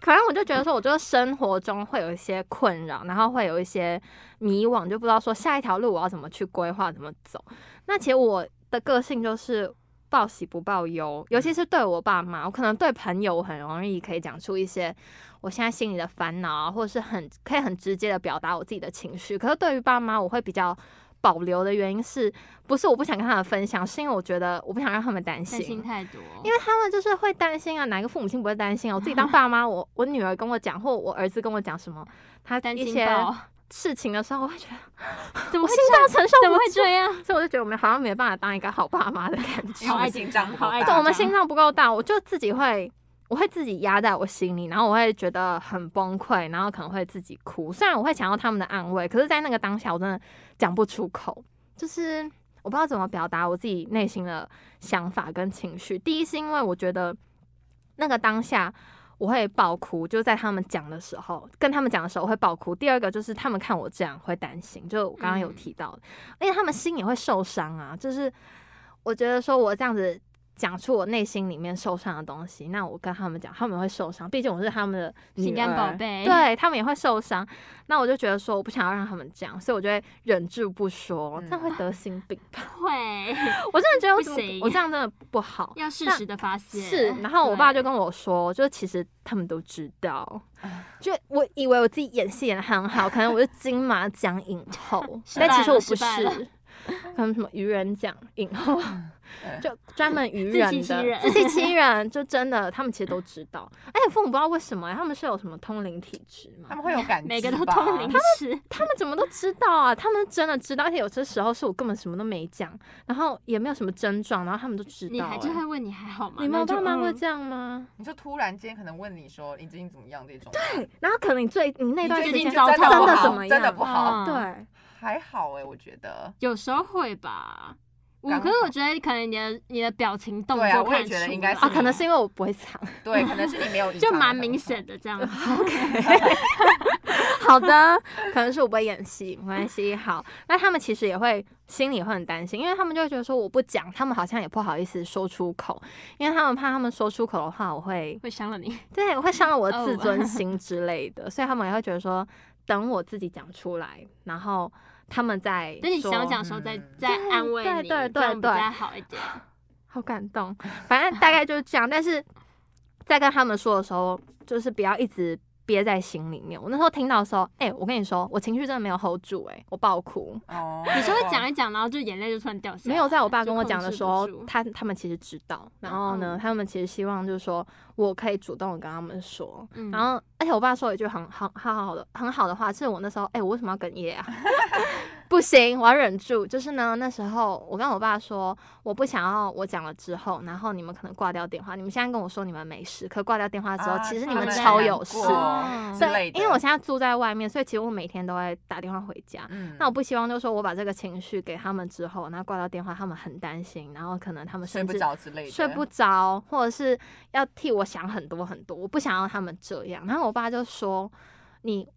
A: 可能我就觉得说，我就生活中会有一些困扰，然后会有一些迷惘，就不知道说下一条路我要怎么去规划，怎么走。那其实我的个性就是报喜不报忧，尤其是对我爸妈，我可能对朋友我很容易可以讲出一些我现在心里的烦恼啊，或者是很可以很直接的表达我自己的情绪。可是对于爸妈，我会比较。保留的原因是不是我不想跟他们分享？是因为我觉得我不想让他们担
C: 担
A: 心，
C: 心太多，
A: 因为他们就是会担心啊，哪个父母亲不会担心啊？ 我自己当爸妈，我我女儿跟我讲，或我儿子跟我讲什么，他
C: 担
A: 一
C: 心
A: 些
C: 爆，
A: 事情的时候，我会觉得
C: 怎么
A: 我
C: 会
A: 心
C: 这
A: 脏
C: 样？
A: 承受
C: 怎么
A: 不
C: 会
A: 住，
C: 这样？
A: 所以我就觉得我们好像没办法当一个好爸妈的感觉
B: 因为，我
C: 爱
B: 们
C: 紧
B: 心脏
C: 张
B: 不
C: 好
B: 够
C: 爱
B: 大
A: 对，我们
C: 紧张
A: 心脏不够大，我就自己会。我会自己压在我心里，然后我会觉得很崩溃，然后可能会自己哭。虽然我会想要他们的安慰，可是，在那个当下，我真的讲不出口，就是我不知道怎么表达我自己内心的想法跟情绪。第一是因为我觉得那个当下我会爆哭，就在他们讲的时候，跟他们讲的时候我会爆哭。第二个就是他们看我这样会担心，就我刚刚有
C: 嗯
A: 提到的，而且他们心也会受伤啊。就是我觉得说我这样子讲出我内心里面受伤的东西，那我跟他们讲，他们会受伤，毕竟我是他们的女
C: 心肝宝
A: 儿
C: 贝，
A: 对他们也会受伤。那我就觉得说，我不想要让他们这样，所以我就会忍住不说，这样会得心病吧？
C: 会
A: 我真的觉得我
C: 不
A: 怎么
C: 行
A: 我这样真的不好。
C: 要适
A: 那
C: 时的发现。
A: 是，然后我爸就
C: 哦对
A: 跟我说，就其实他们都知道，
C: 啊
A: 就我以为我自己演戏演的很好，可能我是金马奖影后，
C: 失败
A: 但其实
C: 了
A: 我
C: 失
A: 不
C: 败了嗯
A: 是，可能什么愚人奖影后，
B: 对
A: 就专门愚
C: 自
A: 人
C: 欺
A: 的
C: 欺人
A: 自欺 欺人，就真的他们其实都知道，而且父母不知道为什么、他们是有什么通灵体质吗
B: 他？们会有感知吧，
C: 每个都通灵师，
A: 他们怎么都知道啊？他们真的知道，而且有些时候是我根本什么都没讲，然后也没有什么症状，然后他们都知道、
C: 你还
B: 哎
C: 就
A: 欸
C: 会问你还好吗？
A: 你们
C: 那
A: 有
C: 就
A: 爸妈会
C: 嗯
A: 这样吗？
B: 你说突然间可能问你说你最近怎么样这种，
A: 然后可能你最你那段
B: 最
A: 时间
B: 近就真的
C: 糟糕
A: 真
B: 不
A: 的
B: 好
A: 怎么样？
B: 真的不好，
C: 嗯
A: 对，
B: 还好哎，我觉得。
C: 有时候会吧。我
B: 刚
C: 可是我
B: 好
C: 觉得可能你的你的表情动作
B: 对啊我也
C: 看
B: 觉得
C: 出
B: 应该
C: 来
A: 啊，
B: 是
A: 可能是因为我不会唱。
B: 对，可能是你没 有隐
C: 就
B: 藏得
C: 蛮
B: 很
C: 明
B: 好
C: 显的这样子。
A: 好的，可能是我不会演戏，没关系。好，那他们其实也会心里也会很担心，因为他们就会觉得说我不讲，他们好像也不好意思说出口，因为他们怕他们说出口的话，我会
C: 会伤了你，
A: 对，会伤了我的
C: 哦
A: 自尊心之类 的，所以他们也会觉得说，等我自己讲出来，然后他们再
C: 等你
A: 说
C: 想讲的时候再
B: 嗯
C: 再安慰
A: 对
C: 你，
A: 对
C: 这样比
A: 对对
C: 较好一点。
A: 好感动，反正大概就是这样。但是在跟他们说的时候，就是不要一直憋在心里面。我那时候听到的时候，哎、我跟你说，我情绪真的没有 hold 住、哎，我爆哭。
B: 哦，
C: 你是会讲一讲，然后就眼泪就突然掉下来。
A: 没有在我爸跟
C: 啊就
A: 我
C: 控
A: 讲的
C: 制
A: 时
C: 不
A: 候
C: 住，嗯
A: 他他们其实知道，然后呢，他们其实希望就是说我可以主动地跟他们说，
C: 嗯
A: 然后而且我爸说了一句很很很好的很好的话，是我那时候哎、我为什么要哽咽啊？ 不行，我要忍住。就是呢，那时候我跟我爸说，我不想要我讲了之后，然后你们可能挂掉电话。你们现在跟我说你们没事，可挂掉电话之后，
B: 啊
A: 其实
C: 他
A: 你们
C: 们在
A: 超
C: 难
A: 有事
B: 过。
C: 哦
B: 之
A: 对
B: 类，的
A: 因为我现在住在外面，所以其实我每天都会打电话回家。
B: 嗯
A: 那我不希望就是说我把这个情绪给他们之后，那挂到电话，他们很担心，然后可能他们
B: 睡
A: 甚
B: 不
A: 至
B: 着之类的，
A: 睡不着，或者是要替我想很多很多，我不想要他们这样。然后我爸就说：“你，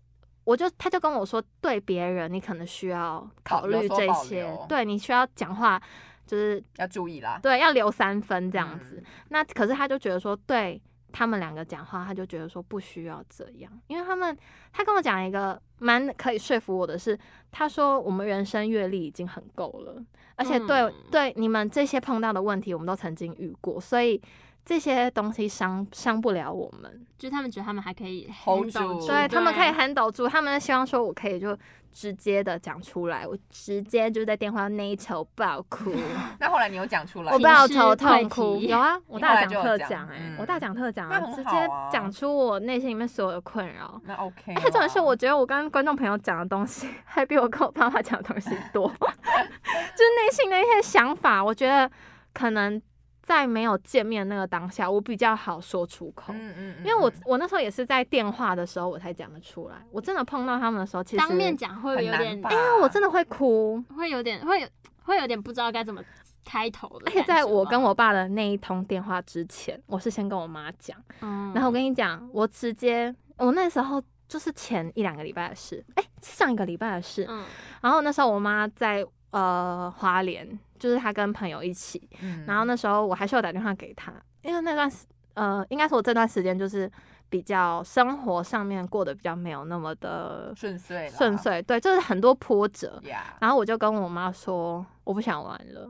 A: 我就他就跟我说，对别人你可能需要考
B: 保有
A: 虑
B: 所
A: 这
B: 保
A: 些
B: 留，
A: 对你需要讲话就是
B: 要注意啦。
A: 对要留三分这样
B: 嗯
A: 子。那可是他就觉得说，对他们两个讲话，他就觉得说不需要这样，因为他们他跟我讲一个蛮可以说服我的是，他说我们人生阅历已经很够了，而且对、
C: 嗯
A: 对你们这些碰到的问题，我们都曾经遇过，所以。这些东西伤伤不了我们，
C: 就是他们觉得他们还可以
B: Hold
C: handle
B: 住
C: 住
A: 对他们可以 handle 住，他们希望说我可以就直接的讲出来，我直接就在电话那一头爆哭。
B: 嗯那后来你有讲出来
A: 我
C: 情
A: 不要
C: 绪
A: 头
C: 溃
A: 痛哭，
C: 堤
A: 有啊，我
B: 你
A: 大
B: 后来
A: 讲
B: 就有
A: 特
B: 讲
A: 讲哎、
B: 嗯
A: 我大讲特讲、
B: 那
A: 啊，
B: 很
A: 直
B: 好
A: 接
B: 啊
A: 讲出我内心里面所有的困扰。
B: 那 OK 啦。
A: 而且重点是，我觉得我跟观众朋友讲的东西，还比我跟我爸妈讲的东西多， 就是内心的一些想法，我觉得可能在没有见面那个当下，我比较好说出口。
B: 嗯嗯，
A: 因为我
B: 嗯
A: 我那时候也是在电话的时候我才讲得出来，我真的碰到他们的时候，其实
C: 当面，讲会
B: 很
C: 有
B: 难
C: 点
B: 吧，？
A: 因为我真的会哭，
B: 啊
C: 会有点会有会有点不知道该怎么开头
A: 而
C: 的感觉
A: 且
C: 吧。
A: 在我跟我爸的那一通电话之前，我是先跟我妈讲。
C: 嗯，
A: 然后我跟你讲，我直接，我那时候就是前一两个礼拜的事，哎、上一个礼拜的事。
C: 嗯
A: 然后那时候我妈在呃花莲，就是她跟朋友一起。
B: 嗯
A: 然后那时候我还是有打电话给她，因为那段时呃，应该是我这段时间就是比较生活上面过得比较没有那么的
B: 顺遂啦嗯
A: 顺遂，对，就是很多波折。
B: 呀，
A: 然后我就跟我妈说，我不想玩了，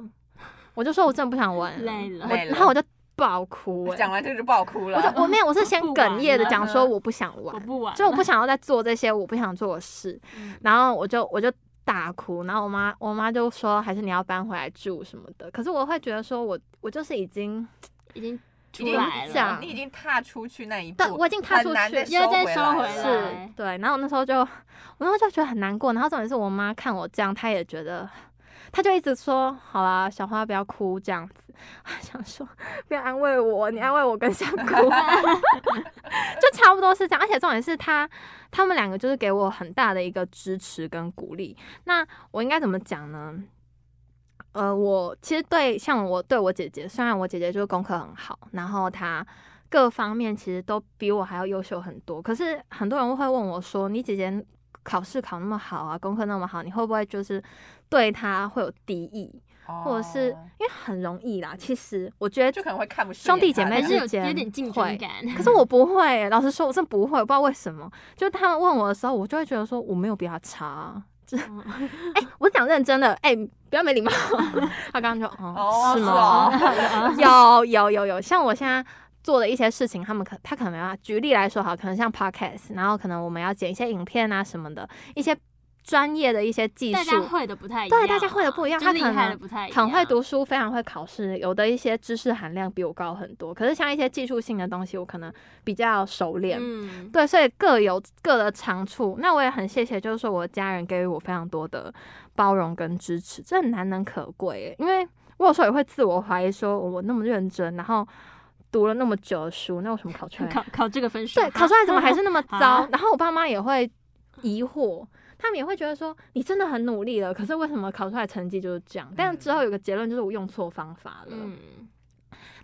A: 我就说我真的不想玩
C: 嗯累了
A: 我
B: 累了
A: 然后我就爆哭、哎
B: 讲完这个就爆哭了
A: 我。 就我没有，我是先
C: 不
A: 哽
C: 玩
A: 咽的
C: 了
A: 讲说我不想
C: 我
A: 玩，
C: 不玩了，
A: 就我不想要再做这些我不想做的事，
C: 嗯
A: 然后我就我就大哭，然后我妈我妈就说还是你要搬回来住什么的，可是我会觉得说我我就是已经
C: 已经
B: 已
C: 出
B: 经
C: 来
A: 讲
C: 了
A: 了，
B: 你已经踏出去那一步，
A: 对我已经踏出
B: 很难
A: 去
B: 再
C: 又再收
B: 收
C: 回
B: 来
C: 来
B: 了
A: 是对，然后我那时候就我那时候就觉得很难过，然后重点是我妈看我这样，她也觉得。她就一直说：“好啦，小花不要哭，这样子。” 我想说，不要安慰我，你安慰我更想哭。 就差不多是这样。而且重点是他他们两个就是给我很大的一个支持跟鼓励。那我应该怎么讲呢？呃，我其实对像我对我姐姐，虽然我姐姐就是功课很好，然后她各方面其实都比我还要优秀很多，可是很多人会问我说：“你姐姐考试考那么好啊，功课那么好，你会不会就是对她会有敌意，或者是
B: 哦
A: 因为很容易啦？其实我觉
B: 就
A: 得
B: 可能会看不顺
A: 兄弟
B: 眼他
A: 姐妹
B: 这
C: 还
B: 样
C: 是有
A: 之间
C: 有点竞
A: 会
C: 争 感。
A: 可是我不会欸、老实说，我真的不会，我不知道为什么。就他们问我的时候，我就会觉得说我没有比他差啊。
C: 嗯
A: 哎、我讲认真的，哎、不要没礼貌。 他刚刚就哦，
B: 哦
A: 是
B: 是
A: 吗？
B: 哦
A: 有有有有，像我现在做的一些事情，他们可他可能没办法。举例来说，好，可能像 podcast，然后可能我们要剪一些影片啊什么的，一些专业的一些技
C: 大家
A: 术。
C: 会的不太一样啊，
A: 对大家会的不一样
C: 就
A: 他
C: 厉
A: 可
C: 害
A: 能
C: 的不太一样，
A: 很会读书，非常会考试，有的一些知识含量比我高很多。可是像一些技术性的东西，我可能比较熟练。
C: 嗯，
A: 对，所以各有各的长处。那我也很谢谢，就是说我的家人给予我非常多的包容跟支持，这很难能可贵耶。因为我有时候也会自我怀疑，说我那么认真，然后读了那么久的书，那为什么考出来？
C: 考考这个分数，
A: 对，考出来怎么还是那么糟
C: 啊？
A: 然后我爸妈也会疑惑。他们也会觉得说你真的很努力了，可是为什么考出来成绩就是这样？但之后有个结论就是我用错方法了。
C: 嗯，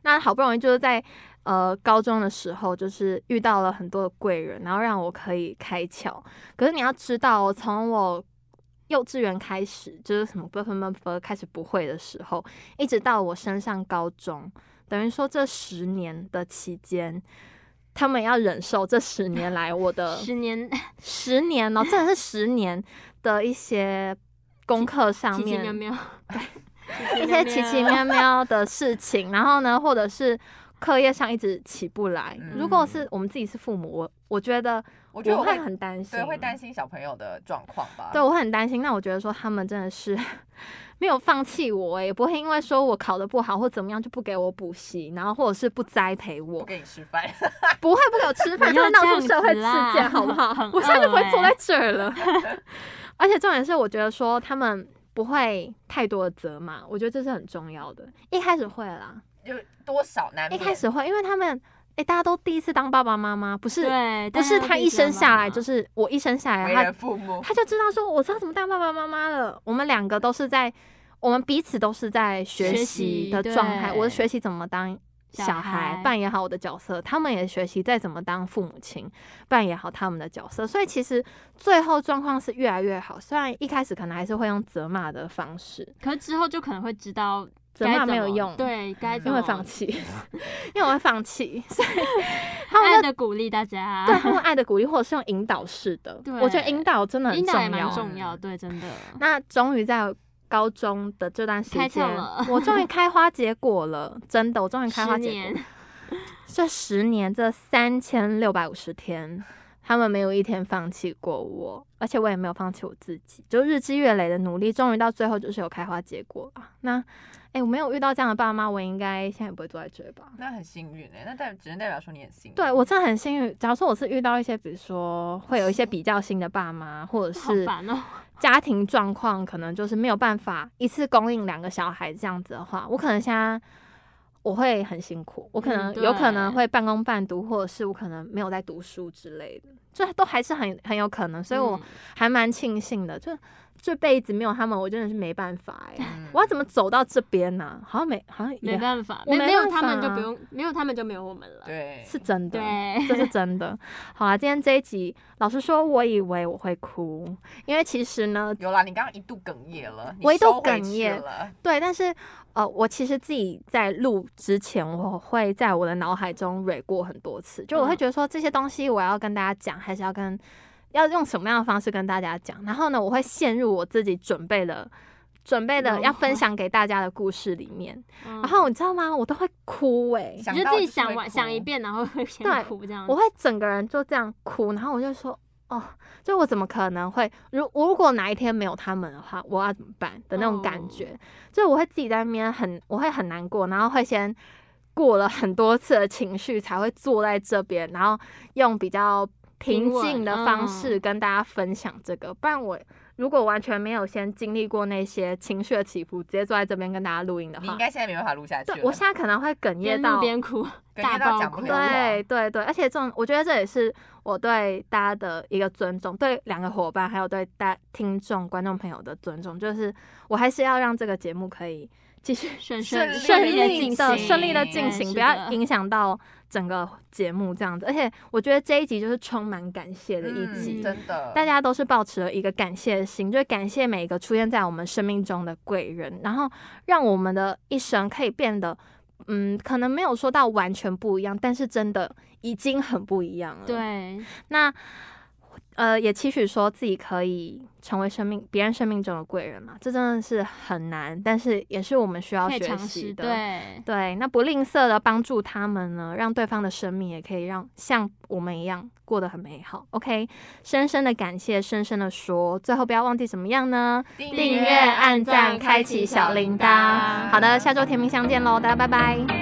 A: 那好不容易就是在呃高中的时候，就是遇到了很多的贵人，然后让我可以开窍。可是你要知道哦，从我幼稚园开始，就是什么 b u f f b u f 开始不会的时候，一直到我升上高中，等于说这十年的期间。他们要忍受这十年来我的
C: 十年
A: 十年哦，真的是十年的一些功课上
C: 奇奇
A: 面
C: 妙妙，
A: 一些奇奇妙妙的事情，然后呢，或者是课业上一直起不来。
B: 嗯
A: 如果是我们自己是父母，我我觉得
B: 我觉得我
A: 会
B: 会
A: 很担心，
B: 对会担心小朋友的状况吧。
A: 对，我很担心。那我觉得说他们真的是 没有放弃我、欸，也不会因为说我考得不好或怎么样就不给我补习，然后或者是不栽培
B: 我
A: 我，
B: 给你示范。
A: 不会不给我吃
C: 不
A: 饭，就
C: 要
A: 会闹
C: 这样
A: 出社会
C: 子
A: 事
C: 啦
A: 件，好不好
C: 很？
A: 我现在就不会
C: 恶
A: 坐
C: 欸
A: 在这儿了。
B: 欸
A: 而且重点是，我觉得说他们不会太多的责骂，我觉得这是很重要的。一开始会啦，
B: 就多少难
A: 一
B: 免
A: 开始会，因为他们哎、欸大家都第一次当爸爸妈妈，不是
C: 对，
A: 不是他一生下来就是是我一生下来
B: 为
A: 他
B: 人父母，
A: 他就知道说我知道怎么当爸爸妈妈了。我们两个都是在，我们彼此都是在学
C: 学
A: 习
C: 习
A: 的状态。
C: 对
A: 我是学习怎么当
C: 小
A: 小孩
C: 孩，
A: 扮演好我的角色；他们也学习在怎么当父母亲，扮演好他们的角色。所以其实最后状况是越来越好，虽然一开始可能还是会用责骂的方式，
C: 可是之后就可能会知道
A: 责
C: 该
A: 骂
C: 怎
A: 没有
C: 么
A: 用，，
C: 对，该
B: 嗯
C: 怎
A: 因
C: 么
A: 为放弃， 因为我会放弃， 所以他们
C: 爱
A: 就
C: 的鼓励大家，
A: 对他们爱的鼓励，或者是用引导式的
C: 对。
A: 我觉得引导真的很
C: 引导也
A: 重
C: 蛮
A: 要。
C: 重要，对，真的。
A: 那终于在高中的这段时
C: 开窍
A: 间
C: 了，
A: 我 终于开花结果了，真的，我终于开花
C: 十
A: 结
C: 年
A: 果。这十年，这三千六百五十天，他们没有一天放弃过我，而且我也没有放弃我自己，就日积月累的努力，终于到最后就是有开花结果了。那，哎，我没有遇到这样的爸妈，我应该现在也不会坐在这里吧？
B: 那很幸运哎、那代只能代表说你很幸运。
A: 对我真的很幸运。假如说我是遇到一些，比如说会有一些比较新的爸妈，或者
C: 好
A: 是
C: 烦哦、
A: 家庭状况可能就是没有办法一次供应两个小孩这样子的话，我可能现在我会很辛苦，我可能
C: 嗯对
A: 有可能会半工半读，或者是我可能没有在读书之类的，这都还是很很有可能，所以我
C: 嗯
A: 还蛮庆幸的，就这辈子没有他们，我真的是没办法哎、
B: 嗯
A: 我要怎么走到这边呢、好像没，好像
C: 没
A: 也
C: 办法，
A: 我
C: 没
A: 没
C: 没有
A: 办
C: 他们就
A: 法
C: 不用，没有他们就没有我们了。
B: 对，
A: 是真的。
C: 对，
A: 这是真的。好啊啦，今天这一集，老实说，我以为我会哭，因为其实呢，
B: 有啦，你刚刚一度哽咽了，你
A: 我一度
B: 收回
A: 哽
B: 去
A: 咽
B: 了，
A: 对，但是呃，我其实自己在录之前，我会在我的脑海中蕊过很多次，就我会
C: 嗯
A: 觉得说这些东西我要跟大家讲，还是要跟要用什么样的方式跟大家讲。然后呢，我会陷入我自己准备的、准备的
C: 融
A: 要分
C: 化
A: 享给大家的故事里面。
C: 然
A: 然后你知道吗？我都会哭欸诶、
B: 想
C: 嗯你就
B: 到
C: 自己
B: 是
C: 想
B: 会
C: 完想一
B: 哭，
C: 遍，然后会
A: 对
C: 先哭这样子。
A: 我会整个人就这样哭，然后我就说，哦，就我怎么可能会，如我如果哪一天没有他们的话，我要怎么办的那种感觉，就我会自己在那边很，我会很难过，然后会先过了很多次的情绪，才会坐在这边，然后用比较平
C: 平稳
A: 静的方式跟大家分享这个，不然我。如果完全没有先经历过那些情绪的起伏，直接坐在这边跟大家录音的
B: 你
A: 话
B: 应，该现在没办法录下去
A: 对
B: 了。
A: 我现在可能会哽咽
C: 边
A: 到
C: 录边哭，
B: 哽
C: 大
B: 咽到
C: 爆
B: 讲不
C: 哭
B: 了话。
A: 对对对，而且这种我觉得这也是我对大家的一个尊重，对两个伙伴还有对大听众、观众朋友的尊重，就是我还是要让这个节目可以继续
C: 顺
B: 顺
C: 顺
A: 顺
B: 利地
C: 的
A: 利
C: 进
A: 的
C: 行，
A: 顺利的进
C: 对
A: 行，
C: 是
A: 不要
C: 的
A: 影响到整个节目这样子。而且我觉得这一集就是充满感谢的一集。
B: 嗯，真的，
A: 大家都是抱持了一个感谢的心，就是感谢每一个出现在我们生命中的贵人，然后让我们的一生可以变得，嗯，可能没有说到完全不一样，但是真的已经很不一样了。，
C: 哎对，
A: 那呃，也期许说自己可以成为生命别人生命中的贵人嘛，这真的是很难，但是也是我们需要
C: 可以
A: 学
C: 尝
A: 习
C: 试，
A: 的。
C: 对，
A: 对，那不吝啬的帮助他们呢，让对方的生命也可以让像我们一样过得很美好。OK，深深的感谢，深深的说，最后不要忘记怎么样呢？
B: 订
A: 订阅、按赞、开启小铃铛。好的，下周甜蜜相见喽，大家拜拜。